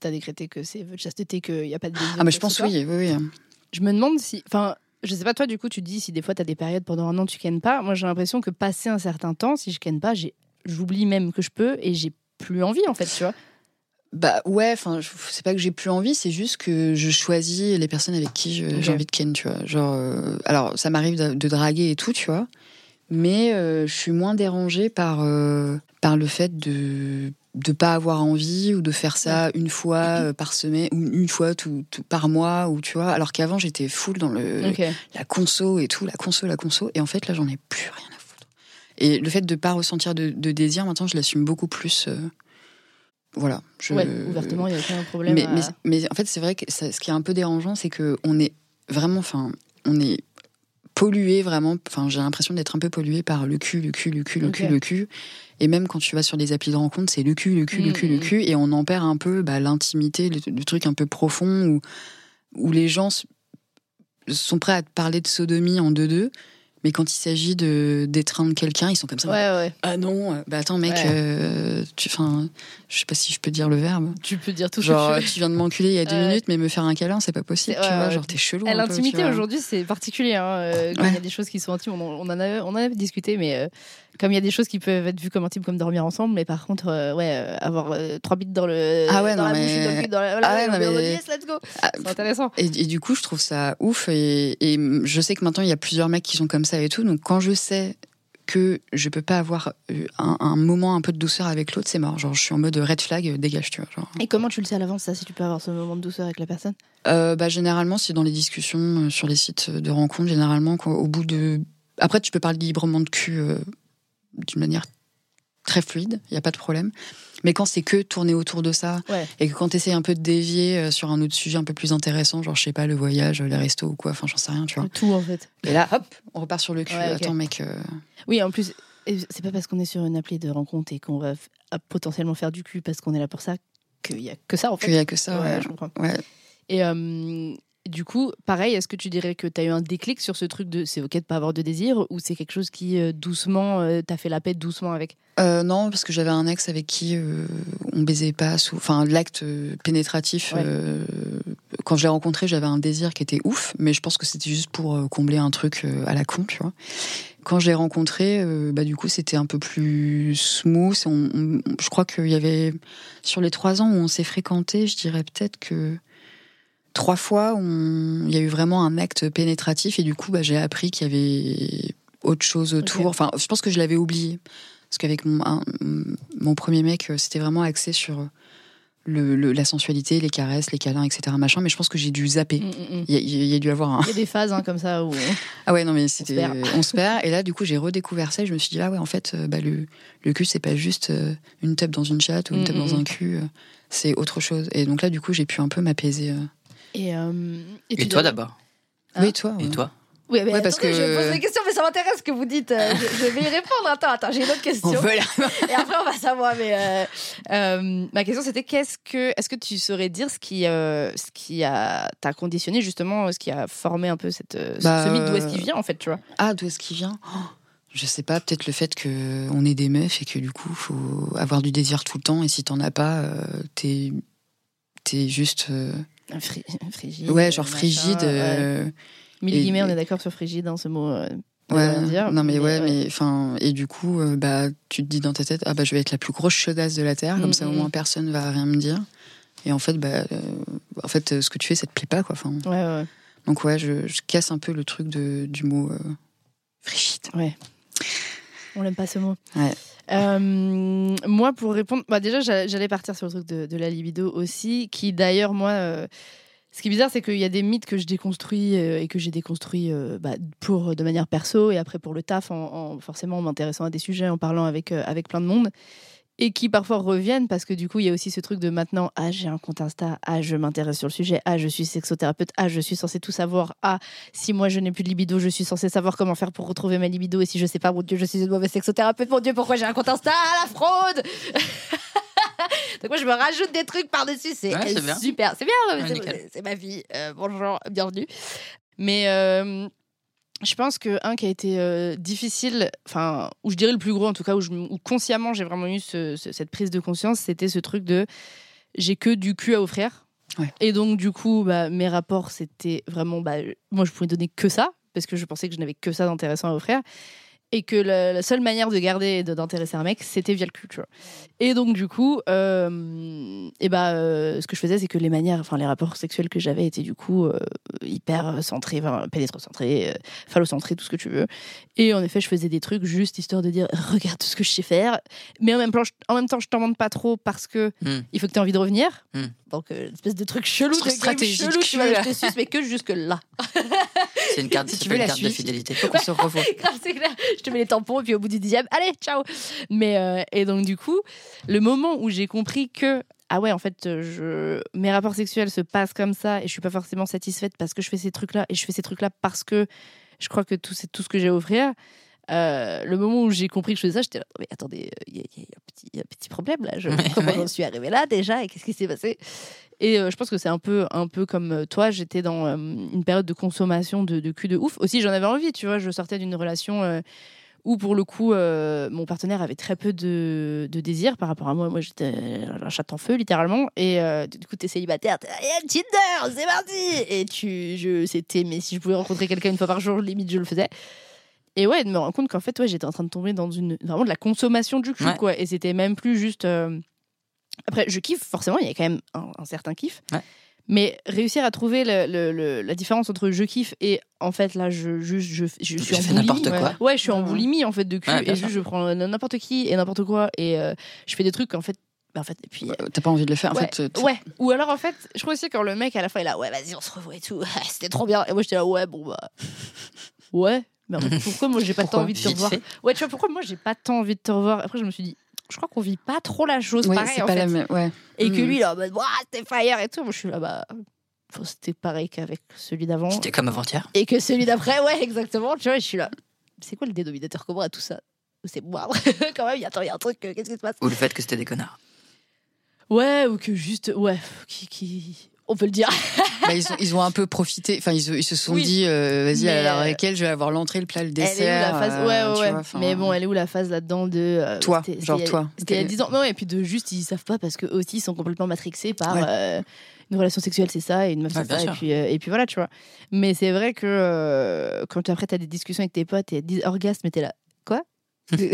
Speaker 1: t'as décrété que c'est vœu de chasteté, qu'il n'y a pas de. désir,
Speaker 3: Ah, mais je
Speaker 1: quoi que
Speaker 3: pense
Speaker 1: ce soit.
Speaker 3: oui, oui, oui.
Speaker 1: Je me demande si. Enfin, je sais pas, toi, du coup, tu dis si des fois t'as des périodes pendant un an, tu cannes pas. Moi, j'ai l'impression que passé un certain temps, si je canne pas, j'ai- j'oublie même que je peux et j'ai plus envie, en fait, tu vois.
Speaker 3: Bah ouais, enfin, je- c'est pas que j'ai plus envie, c'est juste que je choisis les personnes avec qui je- j'ai
Speaker 1: Ok.
Speaker 3: envie de ken, tu vois. Genre, euh, alors ça m'arrive de, de draguer et tout, tu vois, mais euh, je suis moins dérangée par euh, par le fait de de pas avoir envie ou de faire ça une fois euh, par semaine ou une fois tout, tout- par mois ou tu vois. Alors qu'avant j'étais full dans le
Speaker 1: Ok.
Speaker 3: la conso et tout, la conso, la conso, et en fait là j'en ai plus rien à foutre. Et le fait de pas ressentir de, de désir, maintenant je l'assume beaucoup plus. euh, voilà. Je,
Speaker 1: Ouais, ouvertement, il n'y a aucun problème.
Speaker 3: mais,
Speaker 1: à-
Speaker 3: mais, mais en fait, c'est vrai que ça- ce qui est un peu dérangeant, c'est que on est vraiment, enfin, on est pollué vraiment. Enfin, j'ai l'impression d'être un peu pollué par le cul, le cul, le cul, le
Speaker 1: Ok.
Speaker 3: cul, le cul. Et même quand tu vas sur des applis de rencontre, c'est le cul, le cul, le
Speaker 1: Mm,
Speaker 3: cul, le
Speaker 1: mm.
Speaker 3: cul, et on en perd un peu bah, l'intimité, le, le truc un peu profond où, où les gens s- sont prêts à te parler de sodomie en deux-deux. Mais quand il s'agit de d'étreindre quelqu'un, ils sont comme ça.
Speaker 1: Ouais, ouais.
Speaker 3: Ah non, euh, bah attends mec,
Speaker 1: Ouais.
Speaker 3: euh, tu, enfin, je sais pas si je peux dire le verbe.
Speaker 1: Tu peux dire tout
Speaker 3: Genre,
Speaker 1: ce que
Speaker 3: tu,
Speaker 1: tu veux.
Speaker 3: viens de m'enculer il y a deux
Speaker 1: Ouais.
Speaker 3: minutes, mais me faire un câlin, c'est pas possible.
Speaker 1: C'est-
Speaker 3: tu
Speaker 1: ouais,
Speaker 3: vois,
Speaker 1: ouais.
Speaker 3: genre, t'es chelou.
Speaker 1: À
Speaker 3: un peu, tu
Speaker 1: L'intimité
Speaker 3: vois.
Speaker 1: aujourd'hui, c'est particulier. hein, euh, quand il y a
Speaker 3: Ouais.
Speaker 1: des choses qui sont intimes, on en, on en a, on en a discuté, mais euh, comme il y a des choses qui peuvent être vues comme intimes, comme dormir ensemble, mais par contre, euh, ouais, euh, avoir euh, trois bits dans le,
Speaker 3: Ah ouais,
Speaker 1: dans
Speaker 3: non,
Speaker 1: la
Speaker 3: mais-
Speaker 1: bouche, dans le cul, dans la, voilà,
Speaker 3: Ah ouais,
Speaker 1: on
Speaker 3: non,
Speaker 1: est en mode,
Speaker 3: mais-
Speaker 1: yes, let's go.
Speaker 3: Ah,
Speaker 1: C'est intéressant.
Speaker 3: et, et du coup, je trouve ça ouf. Et, et je sais que maintenant, il y a plusieurs mecs qui sont comme ça et tout. Donc, quand je sais que je peux pas avoir euh, un, un moment un peu de douceur avec l'autre, c'est mort. Genre, je suis en mode red flag, euh, dégage, tu vois. Genre.
Speaker 1: Et comment tu le sais à l'avance, ça, si tu peux avoir ce moment de douceur avec la personne
Speaker 3: Euh, bah, généralement, c'est dans les discussions euh, sur les sites de rencontres. Généralement, quoi, au bout de. Après, tu peux parler librement de cul euh, d'une manière très fluide, il n'y a pas de problème. Mais quand c'est que tourner autour de ça,
Speaker 1: Ouais.
Speaker 3: et que quand tu essaies un peu de dévier euh, sur un autre sujet un peu plus intéressant, genre, je sais pas, le voyage, euh, les restos ou quoi, enfin, j'en sais rien, tu vois.
Speaker 1: Tout, en fait.
Speaker 3: Et là, hop, on repart sur le cul.
Speaker 1: Mm. Ouais, ok.
Speaker 3: Attends, mec. euh,
Speaker 1: Oui, en plus, et c'est pas parce qu'on est sur une appli de rencontre et qu'on va f- à- potentiellement faire du cul parce qu'on est là pour ça qu'il y a que ça, en
Speaker 3: Qu'il
Speaker 1: fait.
Speaker 3: n'y a que ça, ouais.
Speaker 1: je comprends.
Speaker 3: Ouais.
Speaker 1: Et euh, du coup, pareil, est-ce que tu dirais que tu as eu un déclic sur ce truc de c'est ok de pas avoir de désir ou c'est quelque chose qui euh, doucement, euh, t'as fait la paix doucement avec
Speaker 3: Euh, non, parce que j'avais un ex avec qui euh, on baisait pas. sous- Enfin, l'acte euh, pénétratif.
Speaker 1: Ouais.
Speaker 3: euh, quand je l'ai rencontré, j'avais un désir qui était ouf, mais je pense que c'était juste pour euh, combler un truc euh, à la con, tu vois. Quand je l'ai rencontré, euh, bah du coup, c'était un peu plus smooth. On- on- je crois qu'il y avait sur les trois ans où on s'est fréquenté, je dirais peut-être que trois fois, on- il y a eu vraiment un acte pénétratif et du coup, bah, j'ai appris qu'il y avait autre chose autour. Enfin, je pense que je l'avais oublié. Parce qu'avec mon, un- mon premier mec, euh, c'était vraiment axé sur euh, le, le- la sensualité, les caresses, les câlins, etc. Machin, mais je pense que j'ai dû zapper.
Speaker 1: Mm, mm, mm.
Speaker 3: Il y, a- il y a dû avoir un.
Speaker 1: Il y a des phases hein, comme ça où.
Speaker 3: Ah ouais, non, mais c'était.
Speaker 1: On se perd.
Speaker 3: On se perd. Et là, du coup, j'ai redécouvert ça et je me suis dit, ah ouais, en fait, euh, bah, le, le cul, c'est pas juste euh, une teub dans une chatte ou une
Speaker 1: Mm,
Speaker 3: teub
Speaker 1: mm,
Speaker 3: dans un cul. euh, C'est autre chose. Et donc là, du coup, j'ai pu un peu m'apaiser. euh.
Speaker 1: Et, euh,
Speaker 2: Et toi d'abord.
Speaker 1: Hein
Speaker 3: oui, toi. ouais.
Speaker 2: Et toi
Speaker 1: Oui, mais
Speaker 3: Ouais, parce
Speaker 1: attendez,
Speaker 3: que-
Speaker 1: je pose des questions, mais ça m'intéresse ce que vous dites. euh, je, je vais y répondre. Attends, attends, j'ai une autre question.
Speaker 3: On veut la-
Speaker 1: Et après, on va savoir. Mais euh, euh, ma question, c'était qu'est-ce que, est-ce que tu saurais dire ce qui, euh, ce qui a t'a conditionné justement, ce qui a formé un peu cette, euh, ce-
Speaker 3: Bah,
Speaker 1: ce mythe d'où est-ce
Speaker 3: euh,
Speaker 1: qu'il vient en fait, tu vois
Speaker 3: Ah, d'où est-ce qu'il vient Oh, Je sais pas, peut-être le fait que on est des meufs et que du coup, faut avoir du désir tout le temps et si t'en as pas, euh, t'es t'es juste euh,
Speaker 1: Fri- frigide.
Speaker 3: ouais genre
Speaker 1: machin,
Speaker 3: frigide
Speaker 1: ouais.
Speaker 3: euh,
Speaker 1: Mille
Speaker 3: et-
Speaker 1: guillemets, on est d'accord sur frigide, hein, ce mot. euh,
Speaker 3: ouais,
Speaker 1: veut rien dire,
Speaker 3: non mais
Speaker 1: mais
Speaker 3: ouais
Speaker 1: ouais.
Speaker 3: mais enfin et du coup euh, bah tu te dis dans ta tête ah bah je vais être la plus grosse chaudasse de la terre comme
Speaker 1: Mm,
Speaker 3: ça au
Speaker 1: mm.
Speaker 3: moins personne va rien me dire et en fait bah euh, en fait euh, ce que tu fais ça te plaît pas quoi enfin
Speaker 1: Ouais, ouais.
Speaker 3: donc ouais je, je casse un peu le truc de, du mot euh, frigide
Speaker 1: On l'aime pas ce mot.
Speaker 3: Ouais.
Speaker 1: Euh, moi, pour répondre, bah déjà, j'a- j'allais partir sur le truc de, de la libido aussi, qui d'ailleurs, moi, euh, ce qui est bizarre, c'est qu'il y a des mythes que je déconstruis euh, et que j'ai déconstruits euh, bah, pour de manière perso et après pour le taf, en, en- forcément en m'intéressant à des sujets, en parlant avec euh, avec plein de monde. Et qui parfois reviennent parce que du coup, il y a aussi ce truc de maintenant, ah, j'ai un compte Insta, ah, je m'intéresse sur le sujet, ah, je suis sexothérapeute, ah, je suis censé tout savoir, ah, si moi je n'ai plus de libido, je suis censée savoir comment faire pour retrouver ma libido. Et si je sais pas, mon Dieu, je suis une mauvaise sexothérapeute. Mon Dieu, pourquoi j'ai un compte Insta La fraude Donc moi, je me rajoute des trucs par-dessus. C'est
Speaker 2: Ouais, c'est bien.
Speaker 1: super. C'est bien, non, mais
Speaker 2: Ouais,
Speaker 1: c'est-
Speaker 2: nickel.
Speaker 1: c'est ma vie. Euh, bonjour, bienvenue. Mais euh, Je pense que un qui a été euh, difficile, enfin, ou je dirais le plus gros en tout cas, où, je- où consciemment j'ai vraiment eu ce- ce- cette prise de conscience, c'était ce truc de j'ai que du cul à offrir.
Speaker 3: Ouais.
Speaker 1: Et donc du coup, bah, mes rapports c'était vraiment, bah, euh, moi je pouvais donner que ça parce que je pensais que je n'avais que ça d'intéressant à offrir et que la, la seule manière de garder et de- d'intéresser un mec c'était via le cul. tu vois. Et donc du coup, euh, et bah, euh, ce que je faisais c'est que les manières, enfin les rapports sexuels que j'avais étaient du coup euh, hyper centrés, enfin, pénétrocentrés, euh, phallocentré, tout ce que tu veux. Et en effet, je faisais des trucs juste histoire de dire regarde tout ce que je sais faire. Mais en même, plan, je- en même temps, je t'en demande pas trop parce que
Speaker 2: Hmm.
Speaker 1: il faut que tu aies envie de revenir.
Speaker 2: Hmm.
Speaker 1: Donc, euh, une espèce de truc chelou,
Speaker 3: Truc
Speaker 1: de
Speaker 3: stratégique
Speaker 1: stratégique chelou, tu vois,
Speaker 3: cul,
Speaker 1: je te suce, mais que jusque-là.
Speaker 2: C'est une carte,
Speaker 3: Si
Speaker 2: ça
Speaker 3: tu
Speaker 2: s'appelle
Speaker 3: veux
Speaker 2: une
Speaker 3: la
Speaker 2: carte de
Speaker 3: suite.
Speaker 2: fidélité. Faut qu'on se revoie.
Speaker 1: Grave, c'est clair. Je te mets les tampons et puis au bout du dixième, allez, ciao. Mais euh, et donc du coup, le moment où j'ai compris que ah ouais, en fait, euh, je mes rapports sexuels se passent comme ça et je suis pas forcément satisfaite parce que je fais ces trucs là et je fais ces trucs là parce que je crois que tout c'est tout ce que j'ai à offrir. Euh, le moment où j'ai compris que je faisais ça, j'étais là, mais attendez, euh, il y, a- y a un petit- y a un petit problème là. Je,
Speaker 2: Ouais,
Speaker 1: comment
Speaker 2: ouais.
Speaker 1: j'en suis arrivée là déjà et qu'est-ce qui s'est passé Et euh, je pense que c'est un peu, un peu comme euh, toi, j'étais dans euh, une période de consommation de, de cul de ouf. Aussi, j'en avais envie, tu vois. Je sortais d'une relation euh, où, pour le coup, euh, mon partenaire avait très peu de, de désir par rapport à moi. Moi, j'étais un chat en feu, littéralement. Et euh, du coup, t'es célibataire, t'es Eh, Tinder, c'est parti Et tu, je, c'était, mais si je pouvais rencontrer quelqu'un une fois par jour, limite, je le faisais. Et ouais, de me rendre compte qu'en fait, ouais, j'étais en train de tomber dans une vraiment de la consommation du cul,
Speaker 2: Ouais.
Speaker 1: quoi. Et c'était même plus juste. euh, Après, je kiffe, forcément, il y a quand même un, un certain kiff.
Speaker 2: Ouais.
Speaker 1: Mais réussir à trouver le- le- le- la différence entre je kiffe et en fait, là, je, juste, je, je, suis
Speaker 2: Je
Speaker 1: en
Speaker 2: fais
Speaker 1: boulimie.
Speaker 2: n'importe
Speaker 1: ouais.
Speaker 2: quoi.
Speaker 1: Ouais, je suis en
Speaker 3: Ouais.
Speaker 1: boulimie, en fait, de cul.
Speaker 2: Ouais,
Speaker 1: et
Speaker 2: bien
Speaker 1: juste, je prends n'importe qui et n'importe quoi. Et euh, je fais des trucs, en fait. bah, en fait, et puis.
Speaker 3: Ouais, T'as pas envie de le faire. En fait, euh, t-
Speaker 1: Ouais, ou alors en fait, je crois aussi quand le mec à la fin il est là, ouais, vas-y, on se revoit et tout, c'était trop bien. Et moi j'étais là, ouais, bon bah. Ouais, mais en fait, pourquoi moi j'ai pas tant
Speaker 3: Pourquoi
Speaker 1: envie de te
Speaker 2: Vite
Speaker 1: revoir
Speaker 2: fait.
Speaker 1: Ouais, tu vois, pourquoi moi j'ai pas tant envie de te revoir Après, je me suis dit, je crois qu'on vit pas trop la chose
Speaker 3: ouais,
Speaker 1: pareil
Speaker 3: c'est
Speaker 1: en
Speaker 3: pas
Speaker 1: fait.
Speaker 3: la même. Ouais.
Speaker 1: Et que
Speaker 3: Mm.
Speaker 1: lui, là, en mode, Ouah, c'était fire et tout. Moi je suis là, bah, faut- c'était pareil qu'avec celui d'avant.
Speaker 2: C'était comme avant-hier.
Speaker 1: Et que celui d'après, ouais, exactement. Tu vois, je suis là. C'est quoi le dénominateur commun à tout ça C'est moi. Quand même, il y a- attends, il y a un truc, euh, qu'est-ce qui se passe
Speaker 2: Ou le fait que c'était des connards.
Speaker 1: Ouais, ou que juste, ouais, qui. qui... On peut le dire.
Speaker 3: Bah, ils, ont, ils ont un peu profité. Enfin, ils, ils se sont
Speaker 1: Oui.
Speaker 3: dit, euh, vas-y,
Speaker 1: Mais,
Speaker 3: à la
Speaker 1: euh,
Speaker 3: laquelle je vais avoir l'entrée, le plat, le dessert.
Speaker 1: Elle est où la phase
Speaker 3: euh,
Speaker 1: Ouais,
Speaker 3: tu
Speaker 1: ouais, ouais.
Speaker 3: vois, enfin,
Speaker 1: mais bon, elle est où la phase là-dedans de. euh,
Speaker 3: Toi,
Speaker 1: c'était-
Speaker 3: genre
Speaker 1: c'était-
Speaker 3: toi.
Speaker 1: C'était il y a
Speaker 3: T'es-
Speaker 1: 10 ans. Non, et puis de juste, ils savent pas parce qu'eux aussi, ils sont complètement matrixés par
Speaker 3: Ouais.
Speaker 1: euh, une relation sexuelle, c'est ça, et une meuf,
Speaker 2: Ouais,
Speaker 1: c'est
Speaker 2: bien
Speaker 1: ça. Et
Speaker 2: sûr.
Speaker 1: puis, euh, et puis voilà, tu vois. Mais c'est vrai que euh, quand après, t'as des discussions avec tes potes et elles te disent orgasme, et t'es là. Quoi De-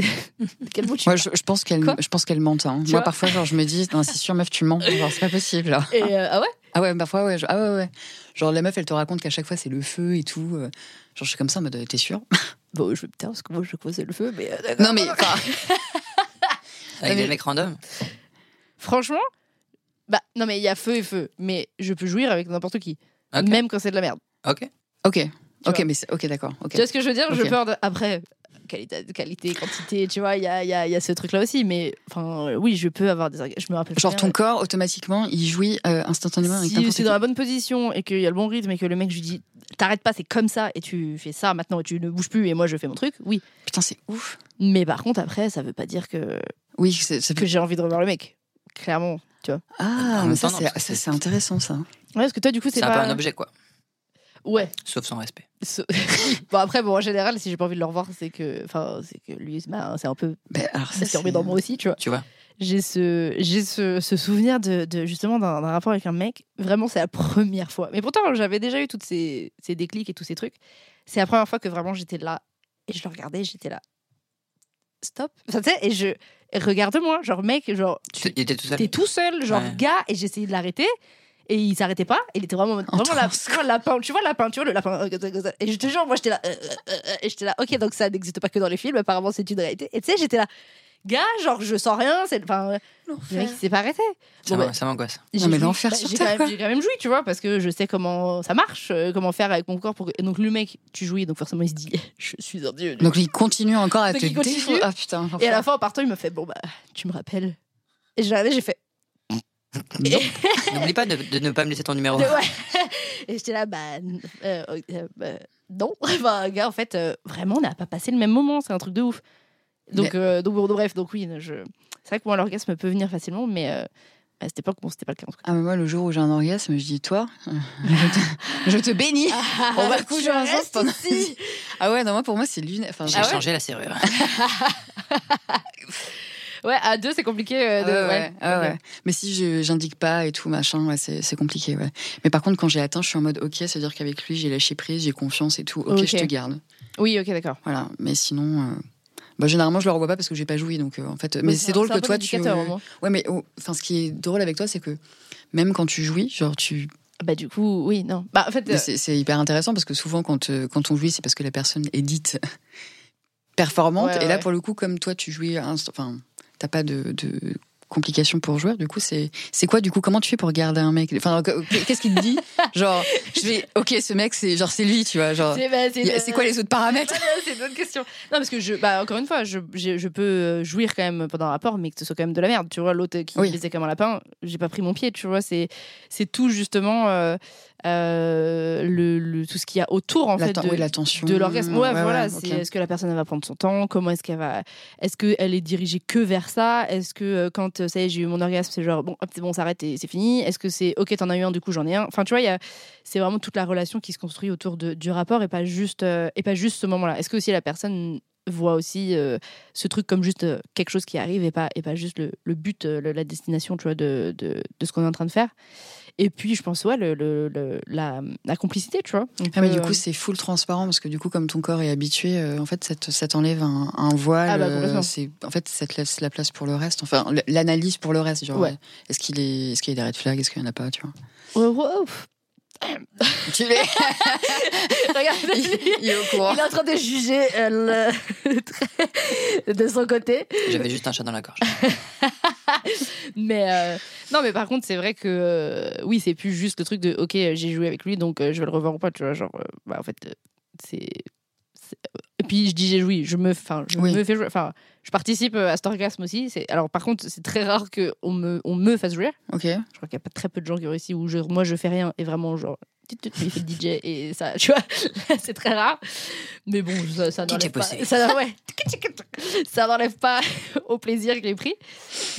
Speaker 1: Quel bout tu
Speaker 3: Moi, je, je pense qu'elle,
Speaker 1: Quoi
Speaker 3: je pense qu'elle mente. hein.
Speaker 1: Tu
Speaker 3: Moi,
Speaker 1: vois
Speaker 3: parfois, genre, je me dis, Non, c'est sûr, meuf, tu mens. Genre, c'est pas possible. là.
Speaker 1: Et, euh, ah ouais
Speaker 3: Ah ouais, parfois, ouais, je- ah ouais, ouais. Genre, la meuf, elle te raconte qu'à chaque fois, c'est le feu et tout. euh. Genre, je suis comme ça, en mode, euh, t'es sûr
Speaker 1: Bon, je veux putain, parce que moi, je pose le feu, mais. euh, d'accord.
Speaker 3: Non, mais enfin,
Speaker 1: Ah
Speaker 2: Avec
Speaker 3: mais-
Speaker 2: des mecs random.
Speaker 1: Franchement, bah, non, mais il y a feu et feu, mais je peux jouir avec n'importe qui.
Speaker 2: Ok.
Speaker 1: Même quand c'est de la merde.
Speaker 2: Ok.
Speaker 3: ok, ok,
Speaker 1: vois.
Speaker 3: mais c'est- ok, d'accord. ok.
Speaker 1: Tu vois ce que je veux dire Je
Speaker 3: Ok.
Speaker 1: peur de... Après, qualité, qualité, quantité, tu vois, il y a, il y a- il y a ce truc-là aussi. Mais enfin, euh, oui, je peux avoir des... orga- Je me rappelle
Speaker 3: Genre,
Speaker 1: très
Speaker 3: ton
Speaker 1: bien,
Speaker 3: corps, automatiquement, il jouit euh, instantanément avec
Speaker 1: si
Speaker 3: n'importe
Speaker 1: c'est
Speaker 3: qui.
Speaker 1: dans la bonne position et qu'il y a le bon rythme et que le mec, je lui dis, t'arrêtes pas, c'est comme ça, et tu fais ça maintenant, et tu ne bouges plus, et moi, je fais mon truc, oui.
Speaker 3: Putain, c'est ouf.
Speaker 1: Mais par contre, après, ça veut pas dire que,
Speaker 3: Oui, c'est, c'est-
Speaker 1: que j'ai envie de revoir le mec. Clairement.
Speaker 3: Ah,
Speaker 2: En
Speaker 3: mais
Speaker 2: même
Speaker 3: ça,
Speaker 2: temps, non,
Speaker 3: c'est,
Speaker 2: parce que
Speaker 3: ça,
Speaker 2: c'est-
Speaker 3: c'est intéressant, ça.
Speaker 1: Ouais, parce que toi, du coup, c'est
Speaker 2: C'est
Speaker 1: pas...
Speaker 2: un peu un objet, quoi.
Speaker 1: Ouais.
Speaker 2: Sauf sans respect.
Speaker 1: Ce- bon, après, bon, en général, si j'ai pas envie de le revoir, c'est que... Enfin, c'est que lui, bah, c'est un peu...
Speaker 3: Ben, alors, ça,
Speaker 1: Ça s'est remis dans moi aussi, tu vois.
Speaker 2: Tu vois
Speaker 1: j'ai ce, j'ai ce, ce souvenir de, de- justement d'un d'un rapport avec un mec. Vraiment, c'est la première fois. Mais pourtant, j'avais déjà eu toutes ces, ces déclics et tous ces trucs. C'est la première fois que vraiment j'étais là et je le regardais, j'étais là. Stop. Enfin, tu sais, et je et regarde-moi, genre mec, genre tu
Speaker 2: Il était tout seul.
Speaker 1: t'es tout seul, genre
Speaker 2: Ouais.
Speaker 1: gars, et j'essayais de l'arrêter. Et il s'arrêtait pas, il était vraiment, en mode-
Speaker 3: En
Speaker 1: vraiment la, vraiment lapin, tu vois lapin, tu vois le lapin. euh, comme ça, comme ça. Et je te jure, moi j'étais là, euh, euh, euh, et j'étais là, ok, donc ça n'existe pas que dans les films, apparemment c'est une réalité. Et tu sais, j'étais là, gars, genre je sens rien, c'est enfin, euh, le mec il s'est pas arrêté.
Speaker 2: Ça
Speaker 1: Bon,
Speaker 2: m'en- ça m'angoisse.
Speaker 1: J'ai
Speaker 3: mais
Speaker 1: joui-
Speaker 3: l'enfer
Speaker 1: bah,
Speaker 3: sur
Speaker 1: j'ai
Speaker 3: terre,
Speaker 1: quand,
Speaker 3: quoi.
Speaker 1: même- j'ai quand même joui, tu vois, parce que je sais comment ça marche, euh, comment faire avec mon corps. Pour... que- Et donc le mec, tu jouis, donc forcément il se dit, je suis un dieu.
Speaker 3: Donc, il continue encore à
Speaker 1: Donc,
Speaker 3: te
Speaker 1: il continue.
Speaker 3: défou- Ah, putain.
Speaker 1: Et à la fin, en partant, il m'a fait, bon bah, tu me rappelles. Et j'ai regardé, j'ai fait,
Speaker 2: N'oublie pas de, de ne pas me laisser ton numéro.
Speaker 1: De- ouais. Et j'étais là, bah, n- euh, euh, euh, non. Enfin, gars, en fait, euh, vraiment, on n'a pas passé le même moment. C'est un truc de ouf. Donc, euh, donc, bon, bref, donc oui, je... c'est vrai que moi, l'orgasme peut venir facilement, mais euh, À cette époque, bon, c'était pas le cas en tout cas.
Speaker 3: Ah, mais moi, le jour où j'ai un orgasme, je dis, toi, euh, je, te, je te bénis. on
Speaker 1: bah,
Speaker 3: va coucher ensemble. pendant- Ah ouais, non, moi, pour moi, c'est lunaire. Enfin,
Speaker 1: Ah
Speaker 2: J'ai
Speaker 3: je-
Speaker 2: changé la serrure.
Speaker 1: Ouais, à deux, c'est compliqué. euh,
Speaker 3: Ah
Speaker 1: de-
Speaker 3: ouais, ouais,
Speaker 1: ouais.
Speaker 3: ah ouais.
Speaker 1: Ok.
Speaker 3: Mais si je- j'indique pas et tout, machin, ouais, c'est c'est compliqué. Ouais. Mais par contre, quand j'ai atteint, je suis en mode, ok, c'est-à-dire qu'avec lui, j'ai lâché prise, j'ai confiance et tout, ok,
Speaker 1: Ok.
Speaker 3: je te garde.
Speaker 1: Oui, ok, d'accord.
Speaker 3: Voilà. Mais sinon. euh, bah, généralement, je le revois pas parce que j'ai pas joui. Donc, euh, en fait, mais c'est drôle
Speaker 1: un
Speaker 3: que
Speaker 1: peu
Speaker 3: toi, tu.
Speaker 1: complicateur, au moins.
Speaker 3: Ouais, mais oh, enfin, ce qui est drôle avec toi, c'est que même quand tu jouis, genre, tu.
Speaker 1: Bah, du coup, oui, non. Bah, en fait, euh,
Speaker 3: C'est c'est hyper intéressant parce que souvent, quand, euh, quand on jouit, c'est parce que la personne est dite performante.
Speaker 1: Ouais,
Speaker 3: et là,
Speaker 1: ouais.
Speaker 3: pour le coup, comme toi, tu jouis. inst- Enfin, t'as pas de. de complications pour jouer du coup c'est c'est quoi du coup comment tu fais pour garder un mec enfin que- qu'est-ce qu'il te dit genre je vais ok ce mec c'est genre c'est lui tu vois genre
Speaker 1: c'est bah, c'est-
Speaker 3: y a- c'est quoi les autres paramètres
Speaker 1: c'est une bonne question. Non, parce que je, bah, encore une fois, je, je, je peux euh, jouir quand même pendant un rapport, mais que ce soit quand même de la merde. Tu vois, l'autre qui
Speaker 3: Oui.
Speaker 1: faisait comme un lapin, j'ai pas pris mon pied. Tu vois, c'est, c'est tout justement euh, euh, le, le- tout ce qu'il y a autour en
Speaker 3: la,
Speaker 1: fait
Speaker 3: ten-
Speaker 1: de,
Speaker 3: oui, la tension
Speaker 1: de l'orgasme. Ouais, voilà.
Speaker 3: Mmh, ouais,
Speaker 1: c'est,
Speaker 3: ok.
Speaker 1: Est-ce que la personne elle va prendre son temps Comment est-ce qu'elle va Est-ce qu'elle est dirigée que vers ça Est-ce que euh, quand euh, ça y est, j'ai eu mon orgasme, c'est genre bon, hop, c'est bon, on s'arrête et c'est fini Est-ce que c'est ok, t'en as eu un, du coup j'en ai un Enfin, tu vois, il y a- c'est vraiment toute la relation qui se construit autour de- du rapport et pas juste euh, et pas juste ce moment-là. Est-ce que aussi la personne voit aussi euh, ce truc comme juste euh, quelque chose qui arrive et pas et pas juste le, le but, euh, le- la destination, tu vois, de, de, de ce qu'on est en train de faire et puis, je pense, ouais, le, le- le- la, la complicité, tu vois. On
Speaker 3: Ah, mais
Speaker 1: peut,
Speaker 3: du
Speaker 1: euh,
Speaker 3: coup, c'est full transparent parce que du coup, comme ton corps est habitué, euh, en fait, ça te- ça t'enlève un, un voile.
Speaker 1: Ah bah,
Speaker 3: euh,
Speaker 1: complètement.
Speaker 3: c'est en fait, ça te laisse la place pour le reste. Enfin, l- l'analyse pour le reste. Genre,
Speaker 1: Ouais.
Speaker 3: euh, est-ce qu'il est, est-ce qu'il y a des red flags, est-ce qu'il y en a pas, tu vois
Speaker 1: ouais, ouais, ouf.
Speaker 3: Tu l'es.
Speaker 1: Regardez,
Speaker 3: il est au courant.
Speaker 1: il est en train de juger euh, le- très- de son côté.
Speaker 2: J'avais juste un chat dans la gorge.
Speaker 1: Mais euh, non, mais par contre, c'est vrai que euh, oui, c'est plus juste le truc de OK, euh, j'ai joué avec lui, donc euh, je vais le revoir ou pas. Tu vois, genre, euh, bah, en fait, euh, c'est. c'est- Et puis je dis j'ai joué, je me, enfin, je
Speaker 3: Oui.
Speaker 1: me fais jouer. Enfin, je participe euh, à cet orgasme aussi. C'est- Alors par contre, c'est très rare que on me, on me fasse jouer.
Speaker 3: Ok.
Speaker 1: Je crois qu'il y a pas très peu de gens qui ont réussi où je, moi je fais rien et vraiment genre tut, tut, il fait le DJ et ça, tu vois, c'est très rare. Mais bon, ça, ça
Speaker 2: DJ
Speaker 1: n'enlève pas.
Speaker 2: posé.
Speaker 1: Ça, ouais. ça n'enlève pas au plaisir que j'ai pris.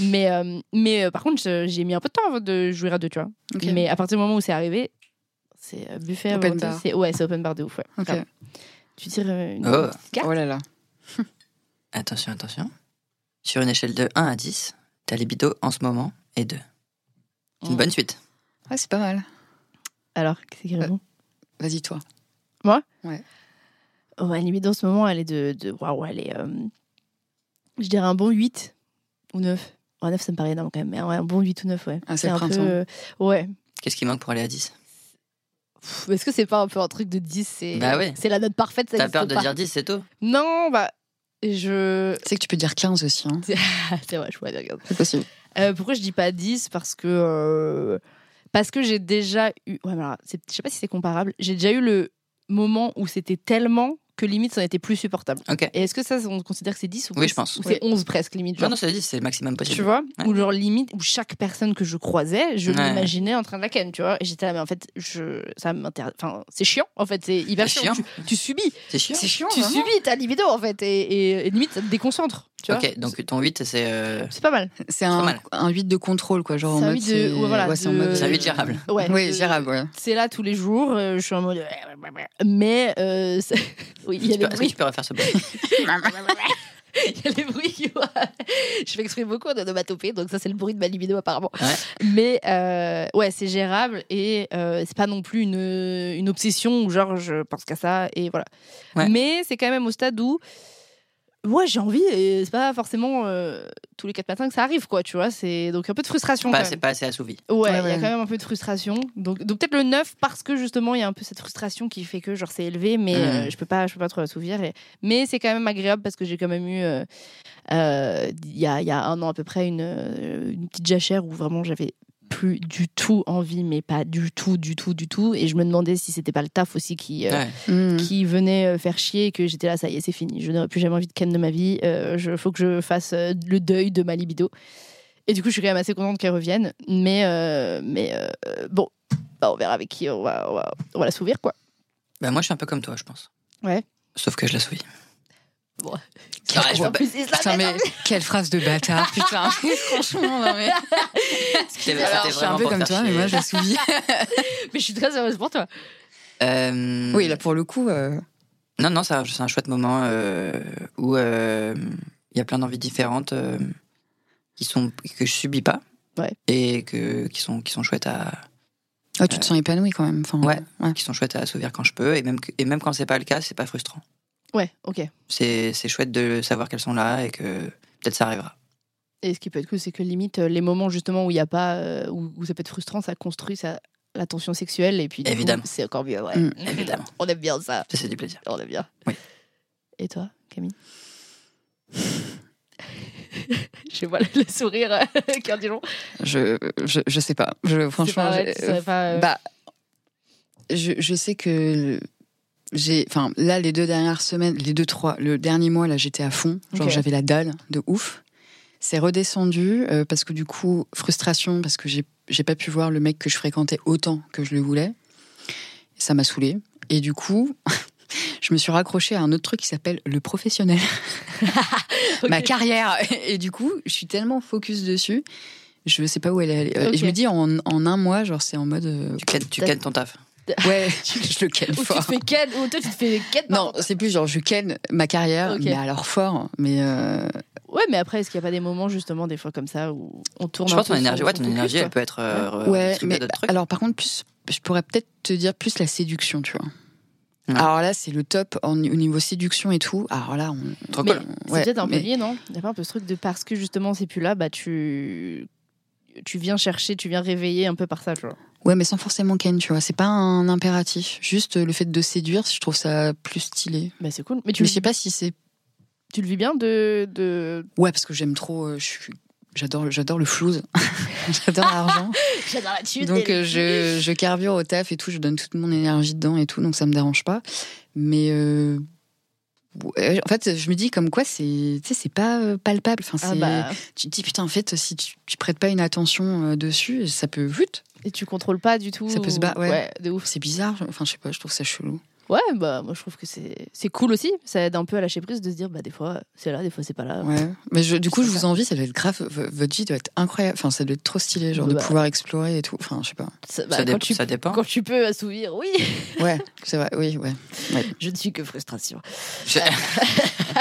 Speaker 1: Mais, euh, mais euh, par contre, je- j'ai mis un peu de temps avant de jouer à deux, tu vois.
Speaker 3: Ok.
Speaker 1: Mais à partir du moment où c'est arrivé, c'est euh, buffet à
Speaker 3: Open
Speaker 1: volonté,
Speaker 3: bar.
Speaker 1: c'est- Ouais, c'est open bar de ouf. Ouais.
Speaker 3: Ok.
Speaker 1: Grave. Tu tires euh, une
Speaker 2: Oh.
Speaker 1: petite carte.
Speaker 3: Oh là là.
Speaker 2: Attention, attention. Sur une échelle de 1 à 10, ta libido en ce moment est 2. C'est une
Speaker 1: Mmh.
Speaker 2: bonne suite.
Speaker 3: Ouais, c'est pas mal.
Speaker 1: Alors, qu'est-ce qui répond
Speaker 3: Vas-y toi.
Speaker 1: Ouais, Oh, limite dans ce moment, elle est de. de Waouh, elle est. euh, je dirais un bon 8 ou 9. Ouais, 9, ça me paraît énorme quand même. Mais ouais, un bon 8 ou 9, ouais.
Speaker 3: Ah, c'est le
Speaker 1: un peu,
Speaker 3: printemps.
Speaker 1: euh, ouais.
Speaker 2: Qu'est-ce qui manque pour aller à 10
Speaker 1: Pff, Est-ce que c'est pas un peu un truc de 10 C'est
Speaker 2: Bah ouais.
Speaker 1: c'est la note parfaite, ça
Speaker 2: T'as
Speaker 1: existe
Speaker 2: peur de
Speaker 1: pas.
Speaker 2: dire 10, c'est tôt
Speaker 1: Non, bah. Je.
Speaker 3: Tu sais que tu peux dire 15 aussi. Hein.
Speaker 1: Ah, c'est vrai, je pourrais dire regarde.
Speaker 3: C'est possible.
Speaker 1: Euh, pourquoi je dis pas 10 Parce que. euh, Parce que j'ai déjà eu. Ouais, mais alors, c'est- je sais pas si c'est comparable. J'ai déjà eu le moment où c'était tellement que limite, ça n'était plus supportable.
Speaker 2: Ok.
Speaker 1: Et est-ce que ça, on considère que c'est 10 ou
Speaker 2: Oui, je pense.
Speaker 1: Ou c'est 11 presque, limite.
Speaker 2: Non,
Speaker 1: genre
Speaker 2: non, c'est 10, c'est le maximum
Speaker 1: tu
Speaker 2: possible.
Speaker 1: vois
Speaker 2: Ouais.
Speaker 1: ou genre limite où chaque personne que je croisais je
Speaker 2: Ouais.
Speaker 1: m'imaginais en train de la ken tu vois et j'étais là mais en fait je ça m'intéresse enfin c'est chiant en fait c'est hyper
Speaker 2: C'est
Speaker 1: chiant,
Speaker 2: chiant.
Speaker 1: Tu, tu subis
Speaker 2: C'est chiant.
Speaker 3: chiant. hein.
Speaker 1: tu subis ta libido en fait et, et- et limite ça te déconcentre tu vois
Speaker 2: Ok, donc ton 8, c'est euh,
Speaker 1: c'est pas mal
Speaker 3: C'est
Speaker 2: pas
Speaker 3: un,
Speaker 2: mal.
Speaker 3: un 8 de contrôle quoi. Genre en
Speaker 1: C'est un
Speaker 3: mode.
Speaker 1: huit de-
Speaker 3: c'est-
Speaker 1: ouais, voilà,
Speaker 3: c'est en
Speaker 1: de-
Speaker 3: mode.
Speaker 2: c'est un 8 gérable.
Speaker 1: ouais
Speaker 3: Oui,
Speaker 1: euh,
Speaker 3: gérable. Ouais.
Speaker 1: c'est là tous les jours euh, je suis en mode mais euh, c'est- oui il y
Speaker 2: Tu
Speaker 1: a des
Speaker 2: peux- Est-ce que
Speaker 1: bruits
Speaker 2: tu peux refaire ce bruit
Speaker 1: il y a les bruits qui vont- Je m'exprime beaucoup en onomatopée, donc ça c'est le bruit de ma libido apparemment.
Speaker 2: Ouais.
Speaker 1: Mais euh, ouais, c'est gérable et euh, c'est pas non plus une, une obsession où genre je pense qu'à ça et voilà.
Speaker 2: Ouais.
Speaker 1: Mais c'est quand même au stade où ouais j'ai envie et c'est pas forcément euh, tous les quatre matins que ça arrive quoi, tu vois. C'est donc un peu de frustration.
Speaker 2: Pas-
Speaker 1: quand
Speaker 2: Bah, C'est
Speaker 1: même.
Speaker 2: pas assez assouvi.
Speaker 1: Ouais, il
Speaker 3: Ouais,
Speaker 1: y a
Speaker 3: ouais.
Speaker 1: quand même un peu de frustration. Donc, donc peut-être le 9 parce que justement il y a un peu cette frustration qui fait que genre c'est élevé, mais
Speaker 2: Mm.
Speaker 1: euh, je peux pas, je peux pas trop la souvenir. Et- Mais c'est quand même agréable parce que j'ai quand même eu euh, euh, il y, a, il y a un an à peu près une, euh, une petite jachère où vraiment j'avais plus du tout envie, mais pas du tout, du tout, du tout. Et je me demandais si c'était pas le taf aussi qui euh,
Speaker 2: Ouais.
Speaker 3: Mm.
Speaker 1: qui venait euh, faire chier et que j'étais là, ça y est, c'est fini. Je n'aurai plus jamais envie de ken de ma vie. Il faut que je fasse euh, le deuil de ma libido. Et du coup, je suis quand même assez contente qu'elle revienne. Mais, euh, mais euh, bon, bah, on verra avec qui on va, on va, on va la s'ouvrir, quoi.
Speaker 2: Bah, moi, je suis un peu comme toi, je pense.
Speaker 1: Ouais.
Speaker 2: Sauf que je l'assouvis.
Speaker 1: Bon.
Speaker 2: Ah, je peux
Speaker 1: En plus, c'est ça,
Speaker 3: Putain,
Speaker 1: mais
Speaker 3: mais
Speaker 1: non.
Speaker 3: quelle phrase de bâtard, putain. Mais franchement, non, mais.
Speaker 2: C'était-
Speaker 3: Alors,
Speaker 2: c'était
Speaker 3: je suis un
Speaker 2: vraiment
Speaker 3: peu
Speaker 2: pour
Speaker 3: comme
Speaker 2: faire
Speaker 3: toi, mais
Speaker 2: chier.
Speaker 3: moi, je souviens.
Speaker 1: Mais je suis très heureuse pour toi.
Speaker 2: Euh,
Speaker 3: oui, là, pour le coup, euh,
Speaker 2: Non, non, c'est un, c'est un chouette moment euh, où euh, il y a plein d'envies différentes euh, qui sont, que je subis pas
Speaker 1: Ouais.
Speaker 2: et que, qui, sont, qui, sont chouettes à,
Speaker 3: oh, tu te sens épanoui quand même. Enfin,
Speaker 2: Ouais. qui sont chouettes à assouvir quand je peux. Et même, que- et même quand c'est pas le cas, c'est pas frustrant.
Speaker 1: Ouais, ok.
Speaker 2: C'est c'est chouette de savoir qu'elles sont là et que peut-être ça arrivera.
Speaker 1: Et ce qui peut être cool, c'est que limite, euh, les moments justement où il y a pas, euh, où, où ça peut être frustrant, ça construit ça, la tension sexuelle. Et puis, du coup,
Speaker 2: Évidemment.
Speaker 1: c'est encore mieux, ouais.
Speaker 3: Mm,
Speaker 2: évidemment.
Speaker 1: On aime bien ça.
Speaker 2: Ça, c'est du plaisir.
Speaker 1: On aime bien.
Speaker 2: Oui.
Speaker 1: Et toi, Camille Je vois le le sourire euh, qui en dit long.
Speaker 3: Je, je, je sais pas. Je,
Speaker 1: C'est
Speaker 3: franchement,
Speaker 1: pas
Speaker 3: je-
Speaker 1: vrai, tu saurais pas, euh,
Speaker 3: Bah, je, je sais que j'ai, enfin, là, les deux dernières semaines, les deux, trois, le dernier mois, là, j'étais à fond. Genre,
Speaker 1: Ok.
Speaker 3: j'avais la dalle de ouf. C'est redescendu euh, parce que du coup, frustration, parce que j'ai, j'ai pas pu voir le mec que je fréquentais autant que je le voulais. Ça m'a saoulée. Et du coup, je me suis raccrochée à un autre truc qui s'appelle le professionnel
Speaker 1: ok.
Speaker 3: ma carrière. Et du coup, je suis tellement focus dessus, je sais pas où elle est allée. Euh,
Speaker 1: Ok.
Speaker 3: Et je me dis, en, en un mois, genre, c'est en mode. euh,
Speaker 2: Tu cannes, tu
Speaker 1: T'as-
Speaker 2: cannes ton taf.
Speaker 3: ouais, je le ken
Speaker 1: Ou tu te
Speaker 3: fort.
Speaker 1: fais ken, ou toi tu te fais ken. par
Speaker 3: Non,
Speaker 1: contre.
Speaker 3: c'est plus genre, je ken ma carrière,
Speaker 1: Ok.
Speaker 3: mais alors fort. Mais euh,
Speaker 1: Ouais, mais après, est-ce qu'il n'y a pas des moments justement, des fois comme ça, où on tourne
Speaker 2: Je
Speaker 1: un
Speaker 2: pense
Speaker 1: peu
Speaker 2: ton énergie,
Speaker 1: son-
Speaker 2: ouais,
Speaker 1: son
Speaker 2: ton
Speaker 1: focus,
Speaker 2: énergie, elle
Speaker 1: quoi.
Speaker 2: peut être euh,
Speaker 3: ouais,
Speaker 2: redistribuée à
Speaker 3: mais
Speaker 2: d'autres trucs.
Speaker 3: alors par contre, plus, je pourrais peut-être te dire plus la séduction, tu vois.
Speaker 2: Ouais.
Speaker 3: Alors là, c'est le top en- au niveau séduction et tout. Alors là, on.
Speaker 2: Trop
Speaker 1: bah, mais
Speaker 2: cool.
Speaker 1: C'est
Speaker 3: euh, ouais,
Speaker 1: peut-être un peu
Speaker 3: mais-
Speaker 1: lié, non Il n'y a pas un peu ce truc de parce que justement c'est plus là, bah tu. Tu viens chercher, tu viens réveiller un peu par ça, tu vois.
Speaker 3: Ouais, mais sans forcément ken, tu vois. C'est pas un impératif. Juste euh, le fait de séduire, je trouve ça plus stylé.
Speaker 1: Bah c'est cool. Mais tu,
Speaker 3: Mais
Speaker 1: le-
Speaker 3: je sais pas si c'est
Speaker 1: tu le vis bien de. de...
Speaker 3: Ouais, parce que j'aime trop. euh, je suis- J'adore, le- j'adore le flouze. j'adore l'argent.
Speaker 1: J'adore la tue.
Speaker 3: Donc euh, je, je carbure au taf et tout. Je donne toute mon énergie dedans et tout. Donc ça me dérange pas. Mais euh, ouais, en fait, je me dis comme quoi c'est, tu sais, c'est pas euh, palpable. Enfin,
Speaker 1: Ah
Speaker 3: c'est-
Speaker 1: bah,
Speaker 3: tu te dis putain, en fait, si tu, tu prêtes pas une attention euh, dessus, ça peut vite.
Speaker 1: et tu contrôles pas du tout.
Speaker 3: Ça peut se battre, ouais.
Speaker 1: de ouf.
Speaker 3: C'est bizarre. Enfin, je sais pas. Je trouve ça chelou.
Speaker 1: Ouais, bah moi je trouve que c'est c'est cool aussi. Ça aide un peu à lâcher prise de se dire, bah des fois c'est là, des fois c'est pas là.
Speaker 3: Ouais. Mais je- du coup, je
Speaker 1: sympa.
Speaker 3: vous envie. Ça doit être grave. v- Votre vie doit être incroyable. Enfin, ça doit être trop stylé, genre
Speaker 1: Bah.
Speaker 3: de pouvoir explorer et tout. Enfin, je sais pas.
Speaker 1: Ça, bah,
Speaker 2: ça, dé-
Speaker 1: quand, tu,
Speaker 2: ça dépend.
Speaker 1: quand tu peux assouvir, oui,
Speaker 3: Ouais, c'est vrai. Oui, ouais.
Speaker 1: je ne suis que frustration.
Speaker 2: Je-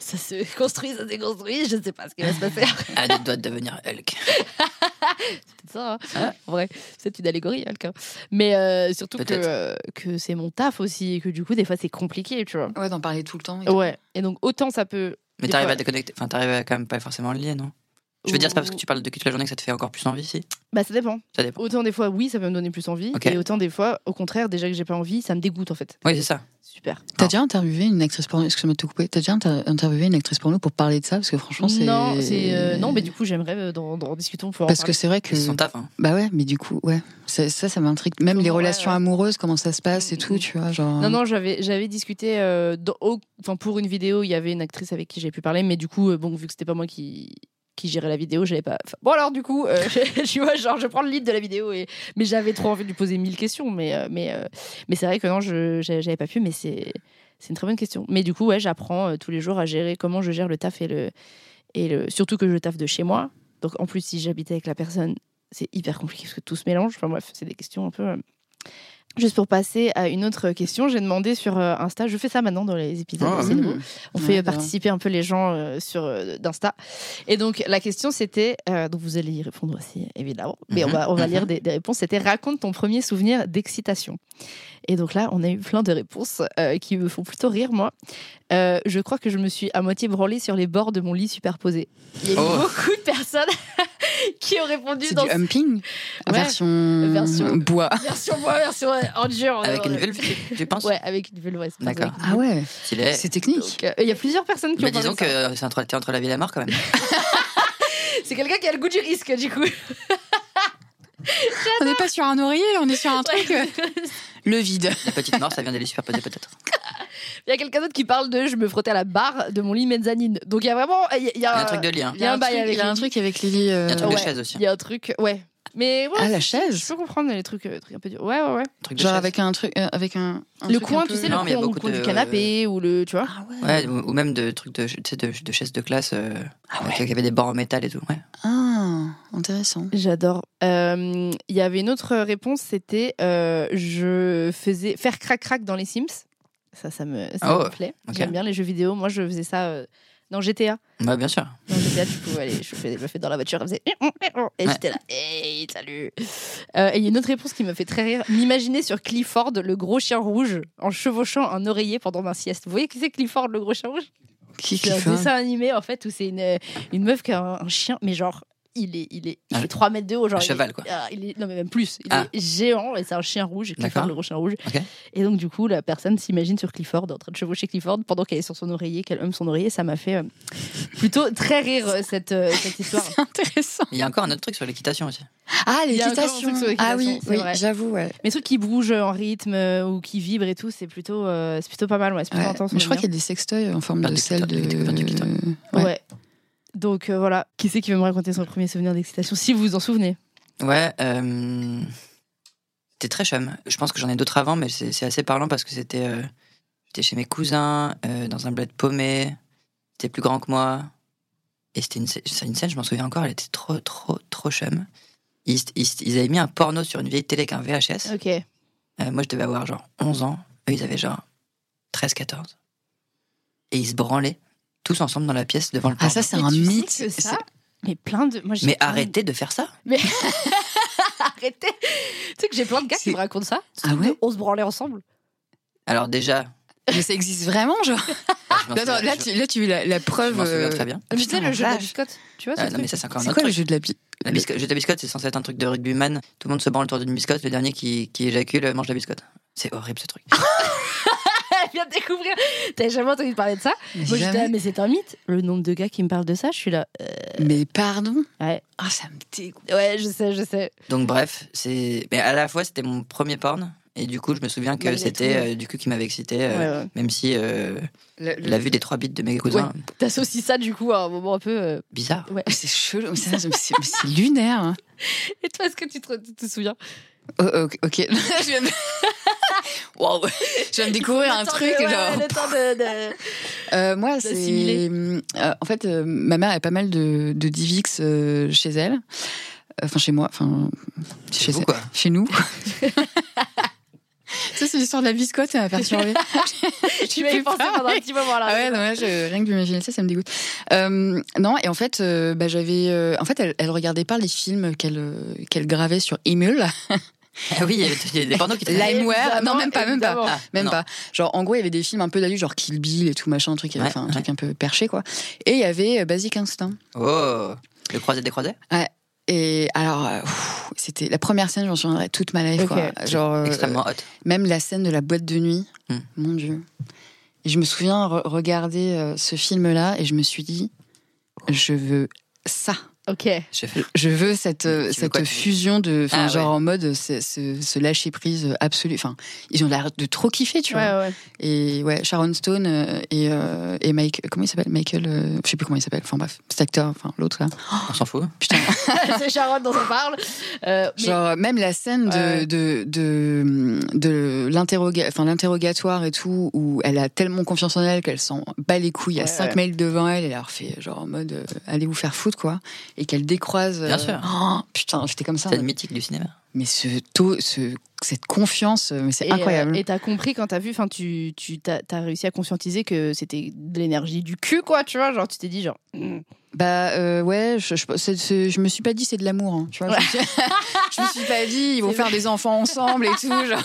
Speaker 1: ça se construit, ça se déconstruit, je ne sais pas ce qui va se passer.
Speaker 2: Elle doit devenir Hulk.
Speaker 1: C'est ça, hein.
Speaker 2: Ah.
Speaker 1: en vrai, c'est une allégorie, hein, le cas. Mais euh, surtout que,
Speaker 2: Peut-être.
Speaker 1: euh, que c'est mon taf aussi, et que du coup, des fois, c'est compliqué, tu vois.
Speaker 3: Ouais, d'en parler tout le temps. et tout.
Speaker 1: Ouais, et donc autant ça peut.
Speaker 2: Mais
Speaker 1: Des
Speaker 2: t'arrives
Speaker 1: fois.
Speaker 2: à déconnecter. Enfin, t'arrives à quand même pas forcément le lier, non Je veux dire, c'est pas parce que tu parles de cul toute la journée que ça te fait encore plus envie, si
Speaker 1: Bah, ça dépend.
Speaker 2: Ça dépend.
Speaker 1: Autant des fois, oui, ça peut me donner plus envie,
Speaker 2: Ok.
Speaker 1: et autant des fois, au contraire, déjà que j'ai pas envie, ça me dégoûte en fait.
Speaker 2: Oui, c'est ça.
Speaker 1: Super.
Speaker 3: T'as déjà interviewé une actrice porno Excuse-moi de te couper. T'as déjà inter- interviewé une actrice porno pour parler de ça Parce que franchement, c'est.
Speaker 1: Non, c'est euh, non, mais du coup, j'aimerais euh, d'en d'en discuter. on pourra en
Speaker 3: Parce que
Speaker 1: parler.
Speaker 3: c'est vrai que.
Speaker 2: C'est son taf. hein.
Speaker 3: Bah ouais, mais du coup, ouais. Ça, ça, ça m'intrigue. Même
Speaker 1: Ouais,
Speaker 3: les relations
Speaker 1: ouais.
Speaker 3: amoureuses, comment ça se passe et
Speaker 1: Mm,
Speaker 3: tout,
Speaker 1: mm.
Speaker 3: tu vois. Genre...
Speaker 1: Non, non, j'avais j'avais discuté. euh, dans- au- Enfin, pour une vidéo, il y avait une actrice avec qui j'ai pu parler, mais du coup, euh, bon, vu que c'était pas moi qui qui gérait la vidéo, j'avais pas. enfin, bon alors du coup, euh, tu vois, genre je prends le lead de la vidéo et mais j'avais trop envie de lui poser mille questions, mais euh, mais euh, mais c'est vrai que non, je j'a- j'avais pas pu, mais c'est c'est une très bonne question. Mais du coup, ouais, j'apprends euh, tous les jours à gérer comment je gère le taf et le et le surtout que je taffe de chez moi. Donc en plus, si j'habitais avec la personne, c'est hyper compliqué parce que tout se mélange. Enfin bref, c'est des questions un peu. euh. Juste pour passer à une autre question, j'ai demandé sur euh, Insta, je fais ça maintenant dans les épisodes,
Speaker 2: Oh,
Speaker 1: c'est
Speaker 3: Mm.
Speaker 1: nouveau. On
Speaker 3: Ouais,
Speaker 1: fait
Speaker 3: grave.
Speaker 1: participer un peu les gens euh, sur euh, d'Insta. Et donc la question c'était, euh, donc vous allez y répondre aussi évidemment, mais on
Speaker 2: Mhm.
Speaker 1: va, on va lire des, des réponses. C'était raconte ton premier souvenir d'excitation. Et donc là, on a eu plein de réponses euh, qui me font plutôt rire moi. Euh, je crois que je me suis à moitié branlée sur les bords de mon lit superposé. Il y a eu
Speaker 2: Oh.
Speaker 1: beaucoup de personnes qui ont répondu
Speaker 3: C'est
Speaker 1: dans
Speaker 3: du humping
Speaker 1: Ouais.
Speaker 3: version...
Speaker 1: Version-
Speaker 3: bois.
Speaker 1: cette version moi, version euh, en dur.
Speaker 2: Avec une
Speaker 1: Ouais.
Speaker 2: vulve, tu- tu penses
Speaker 1: Ouais, avec une vulve. ouais, c'est pas
Speaker 2: D'accord.
Speaker 1: avec une
Speaker 3: Ah
Speaker 1: vulve.
Speaker 3: ouais,
Speaker 2: Stylé.
Speaker 3: c'est technique.
Speaker 1: Donc, euh, Il y a plusieurs personnes qui
Speaker 2: Mais
Speaker 1: ont parlé
Speaker 2: disons
Speaker 1: de ça.
Speaker 2: que c'est entre, t'es entre la vie et la mort quand même.
Speaker 1: C'est quelqu'un qui a le goût du risque, du coup.
Speaker 3: On n'est pas sur un oreiller, là, on est sur un truc. euh, Le vide.
Speaker 2: La petite mort, ça vient d'aller superposer peut-être.
Speaker 1: Il y a quelqu'un d'autre qui parle de je me frottais à la barre de mon lit mezzanine. Donc il y a vraiment. Il y a, il y a
Speaker 2: Il y a un truc de lien.
Speaker 1: Il y a un bail
Speaker 3: truc-
Speaker 1: avec
Speaker 3: Il y a un
Speaker 1: lui.
Speaker 3: truc avec Lily. euh,
Speaker 2: Il y a un truc
Speaker 1: ouais.
Speaker 2: de chaise aussi.
Speaker 1: Il y a un truc. Ouais, Mais ouais,
Speaker 3: Ah, la
Speaker 1: je
Speaker 3: chaise
Speaker 1: peux comprendre les trucs, euh, trucs un peu durs. Ouais, ouais, ouais.
Speaker 2: Truc de
Speaker 3: Genre
Speaker 2: chaise.
Speaker 3: avec un truc. euh, avec un, un
Speaker 1: le
Speaker 3: truc
Speaker 1: coin,
Speaker 3: un
Speaker 1: tu
Speaker 3: peu-
Speaker 1: sais,
Speaker 2: Non,
Speaker 1: le
Speaker 2: mais il y a
Speaker 1: coin,
Speaker 2: beaucoup
Speaker 1: au coin
Speaker 2: de- euh,
Speaker 1: du canapé ou le. Tu vois
Speaker 3: Ah ouais.
Speaker 2: Ouais, ou ou même de trucs de, tu sais, de, de chaises de classe. Euh,
Speaker 1: Ah
Speaker 2: avec- Il y avait des bords en métal et tout. Ouais.
Speaker 3: Ah, intéressant.
Speaker 1: J'adore. Euh, Il y avait une autre réponse, c'était euh, je faisais faire crac-crac dans les Sims. Ça, ça me, ça
Speaker 2: Oh,
Speaker 1: me plaît.
Speaker 2: ok.
Speaker 1: J'aime bien les jeux vidéo. Moi, je faisais ça euh, dans GTA.
Speaker 2: Bah, bien sûr.
Speaker 1: Dans GTA, tu pouvais aller, je faisais- je le fais dans la voiture, elle faisait et j'étais là, hey, salut. Euh, et il y a une autre réponse qui me fait très rire. M'imaginer sur Clifford, le gros chien rouge, en chevauchant un oreiller pendant ma sieste. Vous voyez qui c'est Clifford, le gros chien rouge
Speaker 2: Qui
Speaker 1: C'est un dessin animé en fait où c'est une, une meuf qui a un, un chien, mais genre il est il est il
Speaker 2: Un-
Speaker 1: fait 3 mètres de haut, genre
Speaker 2: Ah. un
Speaker 1: il est-
Speaker 2: cheval, quoi.
Speaker 1: ah, il est- non mais même plus, il
Speaker 2: Ah.
Speaker 1: est géant et c'est un chien rouge, et Clifford
Speaker 2: D'accord.
Speaker 1: le gros chien rouge.
Speaker 2: Ok.
Speaker 1: Et donc du coup la personne s'imagine sur Clifford en train de chevaucher Clifford pendant qu'elle est sur son oreiller, qu'elle homme son oreiller, ça m'a fait euh, plutôt très rire euh, cette euh, cette histoire.
Speaker 3: C'est intéressant.
Speaker 2: Il y a encore un autre truc sur l'équitation aussi.
Speaker 3: Ah,
Speaker 1: Il y a encore un
Speaker 3: l'équitation.
Speaker 1: truc sur l'équitation,
Speaker 3: Ah oui,
Speaker 1: c'est
Speaker 3: oui
Speaker 1: vrai.
Speaker 3: j'avoue, ouais.
Speaker 1: Mais trucs qui bougent en rythme euh, ou qui vibrent et tout, c'est plutôt euh, c'est plutôt pas mal, ouais, c'est plutôt
Speaker 3: Ouais.
Speaker 1: intense.
Speaker 3: Mais je
Speaker 1: j'aime
Speaker 3: crois
Speaker 1: bien.
Speaker 3: qu'il y a des sextoys en forme
Speaker 2: Faire
Speaker 3: de
Speaker 2: des
Speaker 3: celle de.
Speaker 2: clitoris, des clitoris, des clitoris.
Speaker 3: Ouais.
Speaker 1: ouais. Donc euh, voilà, qui c'est qui veut me raconter son premier souvenir d'excitation si vous vous en souvenez
Speaker 2: Ouais, euh, c'était très chum. Je pense que j'en ai d'autres avant, mais c'est c'est assez parlant parce que c'était euh, j'étais chez mes cousins, euh, dans un bled paumé, c'était plus grand que moi. Et c'était une, scè- c'est une scène, je m'en souviens encore, elle était trop, trop, trop chum. Ils, ils- ils avaient mis un porno sur une vieille télé avec un
Speaker 3: Ah
Speaker 2: VHS.
Speaker 1: Ok.
Speaker 2: Euh, moi, je devais avoir genre 11 ans. Eux, ils avaient genre 13, 14. Et ils se branlaient tous ensemble dans la pièce devant le
Speaker 3: Ah,
Speaker 2: porno.
Speaker 3: ça, c'est
Speaker 1: Mais
Speaker 3: un
Speaker 1: tu sais
Speaker 3: mythe.
Speaker 1: que ça, mais plein de. Moi, j'ai
Speaker 2: mais
Speaker 1: plein de-
Speaker 2: arrêtez de faire ça.
Speaker 1: Arrêtez Tu sais que j'ai plein de gars qui
Speaker 3: C'est-
Speaker 1: me racontent ça. Ce
Speaker 3: Ah
Speaker 1: truc
Speaker 3: ouais
Speaker 1: de On se branlait ensemble.
Speaker 2: Alors déjà,
Speaker 3: Mais ça existe vraiment, genre.
Speaker 2: je m'en
Speaker 3: Attends,
Speaker 2: souviens-
Speaker 3: là,
Speaker 2: Ah, je-
Speaker 3: tu, là, tu, la, la
Speaker 2: je
Speaker 3: preuve.
Speaker 2: m'en souviens
Speaker 3: euh,
Speaker 2: très bien.
Speaker 1: Mais tu
Speaker 3: putain,
Speaker 1: sais, le
Speaker 3: la
Speaker 1: jeu de la
Speaker 3: vache.
Speaker 1: biscotte. Tu vois,
Speaker 2: Ah,
Speaker 1: ce
Speaker 2: non,
Speaker 1: truc
Speaker 2: mais ça, c'est encore un
Speaker 3: C'est
Speaker 2: autre
Speaker 3: quoi le
Speaker 2: truc.
Speaker 3: jeu de la bi-
Speaker 2: La biscotte, jeu de la biscotte, c'est censé être un truc de rugbyman. Tout le monde se branle autour d'une biscotte. Le dernier qui, qui éjacule euh, mange la biscotte. C'est horrible ce truc.
Speaker 1: Elle vient de découvrir. T'avais jamais entendu parler de ça Moi, j'étais là,
Speaker 3: Jamais.
Speaker 1: mais c'est un mythe. Le nombre de gars qui me parlent de ça, je suis là. euh,
Speaker 3: Mais pardon
Speaker 1: Ouais.
Speaker 3: Ah, ça me dégoûte.
Speaker 1: Ouais, je sais, je sais.
Speaker 2: Donc bref, c'est. Mais à la fois, c'était mon premier porn. Et du coup, je me souviens que
Speaker 1: Malgré
Speaker 2: c'était
Speaker 1: tout,
Speaker 2: euh, du cul qui m'avait excité. euh,
Speaker 1: Ouais, ouais.
Speaker 2: Même si euh,
Speaker 3: Le- le-
Speaker 2: la vue des trois bits de mes cousins,
Speaker 1: T'associes ça, du coup, à un moment un peu. euh,
Speaker 2: bizarre.
Speaker 3: Oh, C'est chelou, mais ça, mais c'est mais c'est lunaire. hein.
Speaker 1: Et toi, est-ce que tu te, tu te souviens
Speaker 3: Oh, oh, ok. je viens de... Wow. Je viens de découvrir un
Speaker 1: Le temps
Speaker 3: truc.
Speaker 1: de- ouais,
Speaker 3: genre.
Speaker 1: le temps de- de-
Speaker 3: Euh, moi, c'est.
Speaker 1: D'assimiler.
Speaker 3: euh, en fait, euh, ma mère a pas mal de, de Divix euh, chez elle. Euh, Enfin, chez moi. Enfin,
Speaker 2: Chez vous,
Speaker 3: elle.
Speaker 2: quoi.
Speaker 3: Chez nous. Ça, c'est l'histoire de la biscotte, ça m'a perturbée.
Speaker 1: Tu m'avais
Speaker 3: peux
Speaker 1: pensé
Speaker 3: pas,
Speaker 1: pendant un
Speaker 3: mais-
Speaker 1: petit moment là.
Speaker 3: Ah ouais, non, là, je- rien que d'imaginer ça, ça me dégoûte. Euh, non, et en fait, euh, bah, j'avais. euh, en fait, elle, elle regardait pas les films qu'elle euh, qu'elle gravait sur Emule.
Speaker 2: Ah oui, il y avait- il y avait des pornos qui traînaient.
Speaker 3: LimeWare. Non,
Speaker 1: Évidemment,
Speaker 3: même pas, même pas.
Speaker 1: évidemment.
Speaker 2: Ah,
Speaker 3: Même
Speaker 2: non.
Speaker 3: pas. Genre, en gros, il y avait des films un peu d'allure, genre Kill Bill et tout machin, un truc,
Speaker 2: Ouais,
Speaker 3: enfin, un truc un peu perché, quoi. Et il y avait euh, Basic Instinct.
Speaker 2: Oh Le croisé des croisés
Speaker 3: Et alors, euh, pff, c'était la première scène, j'en souviendrai toute ma life,
Speaker 1: Ok.
Speaker 3: quoi. Genre, euh,
Speaker 2: Extrêmement hot.
Speaker 3: même la scène de la boîte de nuit.
Speaker 2: Hmm.
Speaker 3: Mon Dieu. Et je me souviens re- regarder euh, ce film-là et je me suis dit, je veux ça.
Speaker 1: Ok.
Speaker 2: Je fais-
Speaker 3: Je veux cette, euh,
Speaker 2: Tu veux
Speaker 3: cette
Speaker 2: quoi, tu veux
Speaker 3: fusion de. Enfin,
Speaker 2: Ah,
Speaker 3: genre en mode ce, ce- ce lâcher-prise absolu. Enfin, ils ont l'air de trop kiffer, tu
Speaker 1: Ouais,
Speaker 3: vois.
Speaker 1: ouais.
Speaker 3: Et ouais, Sharon Stone euh, et, euh, et Mike. Comment il s'appelle Michael. euh, je sais plus comment il s'appelle. Enfin, bref, cet acteur, enfin, l'autre là.
Speaker 2: On s'en fout.
Speaker 3: Putain.
Speaker 1: c'est Sharon dont on parle. Euh, mais-
Speaker 3: Genre, même la scène de,
Speaker 1: Ouais.
Speaker 3: de, de, de l'interroga- enfin, l'interrogatoire et tout, où elle a tellement confiance en elle qu'elle s'en bat les couilles à
Speaker 1: Ouais,
Speaker 3: 5
Speaker 1: ouais.
Speaker 3: mails devant elle, elle leur fait genre en mode euh, allez vous faire foutre quoi, et qu'elle décroise.
Speaker 2: Bien sûr.
Speaker 3: oh, putain, j'étais comme ça. hein.
Speaker 2: C'est une mythique du cinéma.
Speaker 3: Mais ce taux, ce, cette confiance, euh, mais c'est
Speaker 1: Et,
Speaker 3: incroyable.
Speaker 1: euh, Et t'as compris quand t'as vu, enfin, tu, tu t'as, t'as réussi à conscientiser que c'était de l'énergie du cul, quoi, tu vois. Genre, tu t'es dit, genre, hmm,
Speaker 3: Bah euh, ouais, je, je, c'est- c'est- je me suis pas dit c'est de l'amour, hein, tu vois. Je, me suis, je me suis pas dit ils vont
Speaker 1: C'est
Speaker 3: faire des enfants ensemble et tout. Genre.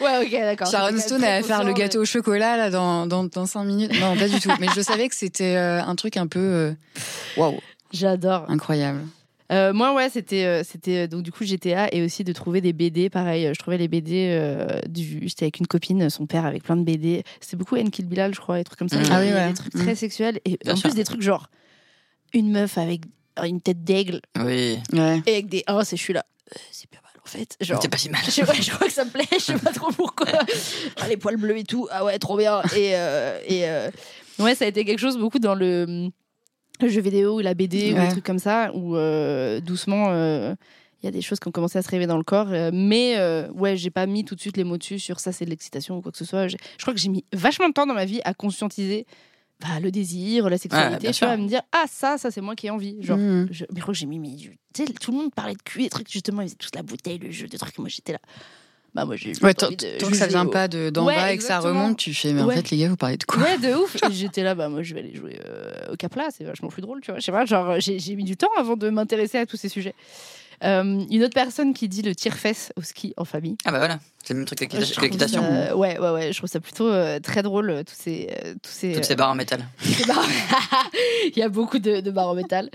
Speaker 1: ouais, ok, d'accord.
Speaker 3: Sharon
Speaker 1: C'était
Speaker 3: Stone
Speaker 1: très
Speaker 3: à faire le
Speaker 1: conscient,
Speaker 3: gâteau au chocolat là dans, dans, dans 5 minutes. Non, pas du tout. Mais je savais que c'était euh, un truc un peu euh, waouh,
Speaker 1: mais- J'adore.
Speaker 3: incroyable.
Speaker 1: Euh, moi, ouais, c'était, euh, c'était euh, donc du coup GTA et aussi de trouver des BD. Pareil, euh, je trouvais les BD euh, du. J'étais avec une copine, son père avec plein de BD. C'était beaucoup Enkil Bilal, je crois, des trucs comme ça.
Speaker 2: Mm.
Speaker 1: Il y
Speaker 2: Ah
Speaker 1: avait
Speaker 3: oui, ouais.
Speaker 1: Des trucs très
Speaker 3: Mm.
Speaker 1: sexuels et
Speaker 2: Bien
Speaker 1: en
Speaker 2: sûr.
Speaker 1: plus des trucs genre une meuf avec une tête d'aigle
Speaker 2: Oui.
Speaker 3: Ouais.
Speaker 1: et avec des os et je suis là. euh, c'est pas mal en fait. Genre,
Speaker 2: C'était pas si mal.
Speaker 1: Je, ouais, je crois que ça me plaît, je sais pas trop pourquoi. Ah, les poils bleus et tout, ah ouais, trop bien. Et, euh, et euh, ouais, ça a été quelque chose beaucoup dans le, hum, le jeu vidéo ou la BD ou
Speaker 3: Ouais.
Speaker 1: des trucs comme ça, où euh, doucement, euh, il y a des choses qui ont commencé à se réveiller dans le corps. euh, mais euh, ouais, j'ai pas mis tout de suite les mots dessus sur ça, c'est de l'excitation ou quoi que ce soit. J'ai- Je crois que j'ai mis vachement de temps dans ma vie à conscientiser bah, le désir, la
Speaker 2: Ouais,
Speaker 1: sexualité,
Speaker 2: bien
Speaker 1: tu vois,
Speaker 2: sûr.
Speaker 1: à me dire ah ça, ça c'est moi qui ai envie. Genre,
Speaker 3: Mhm.
Speaker 1: je- mais je crois que j'ai mis, mais du- tu sais, tout le monde parlait de cul, des trucs justement, ils faisaient tous la bouteille, le jeu, des trucs. Moi j'étais là. Bah moi j'ai.
Speaker 3: Ouais,
Speaker 1: j'ai
Speaker 3: tant
Speaker 1: envie de
Speaker 3: tant que ça
Speaker 1: juger
Speaker 3: vient
Speaker 1: au-
Speaker 3: pas de- d'en
Speaker 1: Ouais,
Speaker 3: bas et que ça
Speaker 1: exactement.
Speaker 3: remonte, tu fais. Mais en
Speaker 1: Ouais.
Speaker 3: fait, les gars, vous parlez de quoi
Speaker 1: Ouais, de ouf. Et J'étais là, bah moi je vais aller jouer euh, au Capla, c'est vachement plus drôle, tu vois. Je sais pas, genre j'ai j'ai mis du temps avant de m'intéresser à tous ces sujets. Euh, une autre personne qui dit le tire-fesse au ski en famille.
Speaker 2: Ah bah voilà, c'est le même truc
Speaker 1: Je
Speaker 2: qu'équita-
Speaker 1: trouve
Speaker 2: qu'équitation.
Speaker 1: ça- ouais, ouais, ouais, je trouve ça plutôt euh, très drôle, euh, tous ces. euh, tous ces,
Speaker 2: Toutes ces
Speaker 1: euh,
Speaker 2: barres en métal.
Speaker 1: ces barres. Il y a beaucoup de, de barres en métal.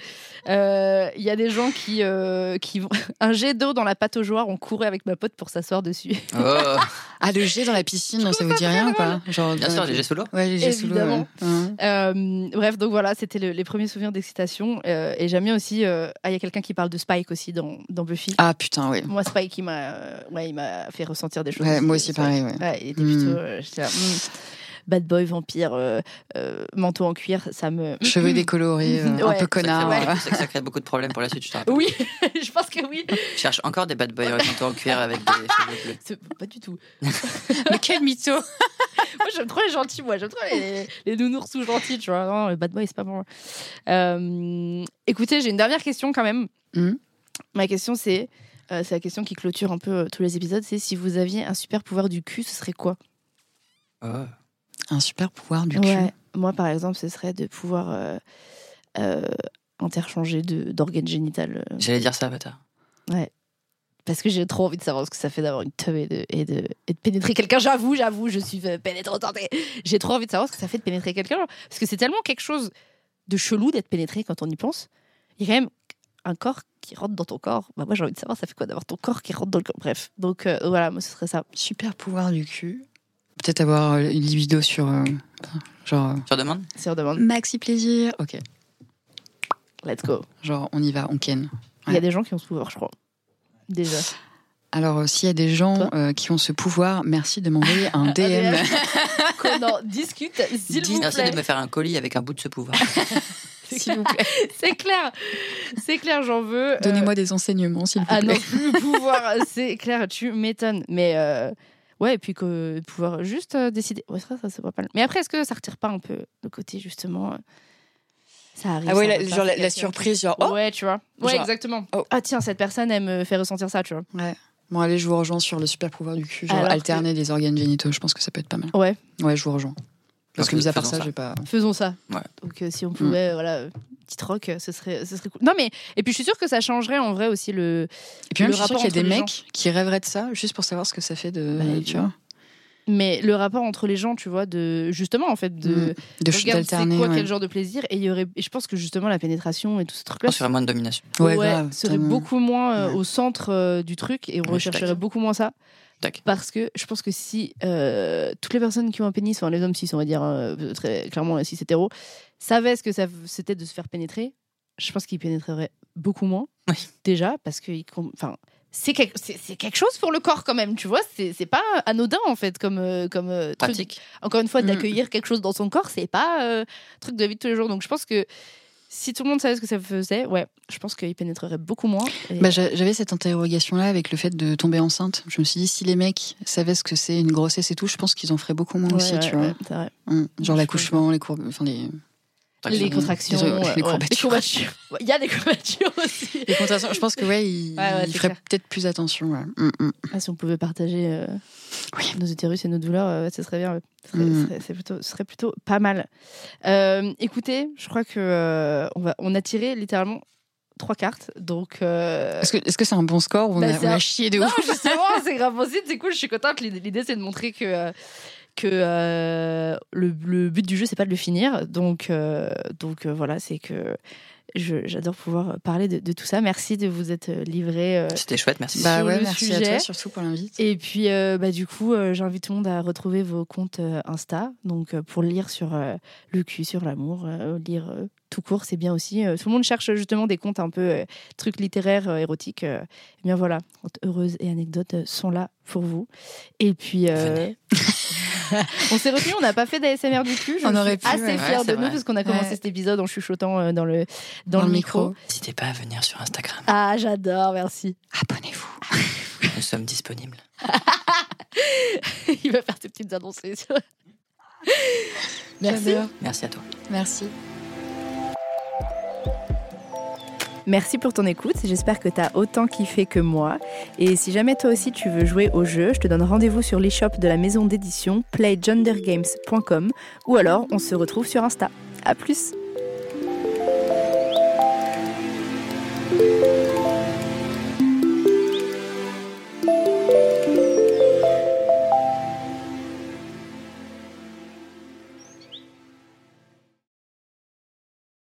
Speaker 1: Euh, Il y a des gens qui, euh, qui vont. Un jet d'eau dans la pâte aux joueurs, on courait avec ma pote pour s'asseoir dessus.
Speaker 2: Oh,
Speaker 3: Ah, le jet dans la piscine, ça vous dit rien, quoi Genre,
Speaker 2: bien
Speaker 3: dans
Speaker 2: sûr,
Speaker 3: la-
Speaker 2: les jets sous l'eau.
Speaker 3: Ouais, les jets sous l'eau.
Speaker 1: Évidemment.
Speaker 3: ouais. Hein. Ouais.
Speaker 1: Euh, bref, donc voilà, c'était le- les premiers souvenirs d'excitation. Euh, et j'aime bien aussi. euh, ah, il y a quelqu'un qui parle de Spike aussi dans, dans Buffy.
Speaker 3: Ah, putain, oui.
Speaker 1: Moi, Spike, il m'a euh, ouais, il m'a fait ressentir des choses.
Speaker 3: Ouais, moi aussi,
Speaker 1: Spike.
Speaker 3: pareil, ouais.
Speaker 1: Ouais, il était
Speaker 3: Hmm.
Speaker 1: plutôt. euh, j'étais là, hmm, Bad boy, vampire, euh, euh, manteau en cuir, ça me. hmm.
Speaker 3: Cheveux décolorés, euh, un
Speaker 1: Ouais.
Speaker 3: peu
Speaker 2: Ça crée-
Speaker 3: connard.
Speaker 2: ouais, c'est que ça crée beaucoup de problèmes pour la suite, je te rappelle.
Speaker 1: Oui, je pense que oui.
Speaker 2: Je cherche encore des bad boys horizontaux en cuir avec des cheveux bleus.
Speaker 1: C'est- Pas du tout.
Speaker 3: Mais quel mytho
Speaker 1: Moi, j'aime trop les gentils, moi. J'aime trop les, les nounours tout gentils, tu vois. Non, le bad boy, c'est pas pour moi. Euh, écoutez, j'ai une dernière question quand même.
Speaker 3: Mhm.
Speaker 1: Ma question, c'est. euh, c'est la question qui clôture un peu euh, tous les épisodes. C'est si vous aviez un super pouvoir du cul, ce serait quoi
Speaker 2: Oh.
Speaker 3: Un super pouvoir du cul.
Speaker 1: Ouais. Moi, par exemple, ce serait de pouvoir euh, euh, interchanger de- d'organes génital. euh,
Speaker 2: J'allais dire ça, bâtard.
Speaker 1: Parce que j'ai trop envie de savoir ce que ça fait d'avoir une teub et de, et de, et de pénétrer quelqu'un. J'avoue, j'avoue, je suis euh, pénétrante. mais J'ai trop envie de savoir ce que ça fait de pénétrer quelqu'un. genre. Parce que c'est tellement quelque chose de chelou d'être pénétré quand on y pense. Il y a quand même un corps qui rentre dans ton corps. Bah, moi, j'ai envie de savoir ça fait quoi d'avoir ton corps qui rentre dans le corps. Bref, donc euh, voilà, moi, ce serait ça.
Speaker 3: Super pouvoir du cul. Peut-être avoir euh, une libido sur. euh, genre. euh,
Speaker 2: Tu demandes
Speaker 1: Si on demande,
Speaker 3: Maxi plaisir. Ok.
Speaker 1: let's go.
Speaker 3: Genre, on y va, on ken.
Speaker 1: Il y a des gens qui ont ce pouvoir, je crois. Déjà.
Speaker 3: Alors, euh, s'il y a des gens
Speaker 1: Toi Ah,
Speaker 3: euh, qui ont ce pouvoir, merci de m'envoyer un DM.
Speaker 1: Qu'on en discute, s'il vous
Speaker 2: Merci
Speaker 1: plaît.
Speaker 2: de me faire un colis avec un bout de ce pouvoir.
Speaker 3: S'il vous plaît.
Speaker 1: C'est clair. C'est clair, j'en veux. Euh,
Speaker 3: Donnez-moi des enseignements, s'il vous plaît.
Speaker 1: à Ah, non plus pouvoir. C'est clair, tu m'étonnes. Mais euh, ouais, et puis que pouvoir juste euh, décider. Ouais, ça, ça, c'est pas mal. Mais après, est-ce que ça retire pas un peu le côté justement euh, Ça arrive.
Speaker 3: Ah ouais,
Speaker 1: ça
Speaker 3: la,
Speaker 1: arrive pas,
Speaker 3: genre la,
Speaker 1: c'est
Speaker 3: la
Speaker 1: quelqu'un.
Speaker 3: surprise, genre oh
Speaker 1: ouais, tu vois. Ouais,
Speaker 3: Genre-
Speaker 1: exactement.
Speaker 3: Oh.
Speaker 1: Ah tiens, cette personne, elle me fait ressentir ça, tu vois.
Speaker 3: Bon, allez, je vous rejoins sur le super pouvoir du cul, genre
Speaker 1: Alors que-
Speaker 3: alterner les organes génitaux, je pense que ça peut être pas mal.
Speaker 1: Ouais.
Speaker 3: Ouais, je vous rejoins. Parce
Speaker 2: Ok,
Speaker 3: que, mis à part
Speaker 2: Ah, faisons
Speaker 3: ça,
Speaker 2: ça.
Speaker 3: j'ai pas.
Speaker 1: Faisons ça.
Speaker 2: Ouais.
Speaker 1: Donc euh,
Speaker 3: Mm.
Speaker 1: si on pouvait, euh, voilà, euh, petite rock, euh, ce serait, ce serait cool. Non mais et puis je suis sûre que ça changerait en vrai aussi le.
Speaker 3: Et puis même,
Speaker 1: Le
Speaker 3: je suis sûre
Speaker 1: rapport
Speaker 3: qu'il y a des
Speaker 1: entre les
Speaker 3: mecs qui rêveraient de ça, juste pour savoir ce que ça fait de.
Speaker 1: Bah,
Speaker 3: tu vois
Speaker 1: Mais le rapport entre les gens, tu vois, de justement en fait de.
Speaker 3: Mm. de
Speaker 1: Regarde, c'est
Speaker 3: d'alterner,
Speaker 1: quoi
Speaker 3: ouais.
Speaker 1: quel genre de plaisir et, il y aurait, et je pense que justement la pénétration et tout ce truc-là
Speaker 2: Je serais moins de domination.
Speaker 3: Ouais,
Speaker 1: ouais,
Speaker 3: grave,
Speaker 1: serait
Speaker 3: totalement.
Speaker 1: beaucoup moins euh,
Speaker 3: Ouais.
Speaker 1: au centre euh, du truc et on
Speaker 2: Ouais, je suis
Speaker 1: rechercherait
Speaker 2: d'accord.
Speaker 1: beaucoup moins ça
Speaker 2: Tac.
Speaker 1: parce que je pense que si euh, toutes les personnes qui ont un pénis, enfin les hommes cis on va dire hein, euh, très clairement les cis hétéros, savaient ce que ça v- c'était de se faire pénétrer, je pense qu'ils pénétreraient beaucoup moins
Speaker 2: Oui.
Speaker 1: déjà parce que ils com- enfin c'est quelque, c'est- c'est quelque chose pour le corps quand même, tu vois. C'est c'est pas anodin en fait comme, euh, comme euh, truc
Speaker 2: Pratique.
Speaker 1: encore une fois,
Speaker 3: Mm.
Speaker 1: d'accueillir quelque chose dans son corps, c'est pas euh, un truc de la vie de tous les jours. Donc je pense que si tout le monde savait ce que ça faisait, ouais, je pense qu'il pénétrerait beaucoup moins. Et-
Speaker 3: Bah, j'a- J'avais cette interrogation-là avec le fait de tomber enceinte. Je me suis dit, si les mecs savaient ce que c'est une grossesse et tout, je pense qu'ils en feraient beaucoup moins
Speaker 1: Ouais,
Speaker 3: aussi,
Speaker 1: ouais,
Speaker 3: tu
Speaker 1: ouais,
Speaker 3: vois.
Speaker 1: c'est vrai.
Speaker 3: Mm. Genre
Speaker 1: Je
Speaker 3: l'accouchement, les courbes, enfin les,
Speaker 1: Les contractions,
Speaker 3: les- les
Speaker 1: ouais, ouais, les
Speaker 3: courbatures.
Speaker 1: courbatures. Ouais, Il y a des courbatures aussi.
Speaker 3: les contractions, Je pense que ouais,
Speaker 1: Ouais,
Speaker 3: ils,
Speaker 1: ouais,
Speaker 3: ils
Speaker 1: c'est
Speaker 3: feraient
Speaker 1: clair.
Speaker 3: peut-être plus attention. ouais. Mm, mm.
Speaker 1: Ah, si on pouvait partager euh,
Speaker 3: Oui.
Speaker 1: nos utérus et nos douleurs, euh, ouais, ce serait bien. ouais. Ce serait,
Speaker 3: Mm.
Speaker 1: ce serait- c'est plutôt, ce serait plutôt pas mal. Euh, écoutez, je crois que euh, on va, on a tiré littéralement trois cartes, donc. euh,
Speaker 3: Est-ce que est-ce que c'est un bon score ou on,
Speaker 1: Bah,
Speaker 3: a,
Speaker 1: c'est
Speaker 3: on a
Speaker 1: un-
Speaker 3: chié de
Speaker 1: Non,
Speaker 3: ouf
Speaker 1: justement, c'est grave possible, c'est cool, je suis contente. L'idée, l'idée, c'est de montrer que, euh, que euh, le, le but du jeu, c'est pas de le finir. Donc, euh, donc euh, voilà, c'est que je- j'adore pouvoir parler de, de tout ça. Merci de vous être livré. euh.
Speaker 2: C'était chouette, merci.
Speaker 3: Bah
Speaker 1: Sur
Speaker 3: ouais,
Speaker 1: le
Speaker 3: merci à toi
Speaker 1: sujet.
Speaker 3: surtout pour l'invite.
Speaker 1: Et puis, euh, bah, du coup, euh, j'invite tout le monde à retrouver vos comptes euh, Insta. Donc, euh, pour lire sur euh, le cul, sur l'amour, euh, lire euh, tout court, c'est bien aussi. Euh, tout le monde cherche euh, justement des comptes un peu euh, trucs littéraires, euh, érotiques. euh. Eh bien voilà, Contes heureuses et anecdotes euh, sont là pour vous. Et puis, euh,
Speaker 4: on s'est retenu, on n'a pas fait d'ASMR du cul. Je
Speaker 3: On
Speaker 4: suis
Speaker 3: aurait pu,
Speaker 4: assez
Speaker 3: ouais.
Speaker 4: fière
Speaker 2: Ouais, c'est
Speaker 4: de nous
Speaker 2: vrai.
Speaker 4: parce qu'on a commencé
Speaker 3: Ouais.
Speaker 4: cet épisode en chuchotant euh, dans le, dans le micro.
Speaker 2: N'hésitez pas à venir sur Instagram.
Speaker 4: Ah, j'adore, merci.
Speaker 3: Abonnez-vous.
Speaker 2: Nous sommes disponibles.
Speaker 4: Il va faire ses petites annonces.
Speaker 3: Merci.
Speaker 2: Merci à toi.
Speaker 3: Merci.
Speaker 1: Merci pour ton écoute, j'espère que t'as autant kiffé que moi. Et si jamais toi aussi tu veux jouer au jeu, je te donne rendez-vous sur l'e-shop de la maison d'édition playgendergames.com ou alors on se retrouve sur Insta. À plus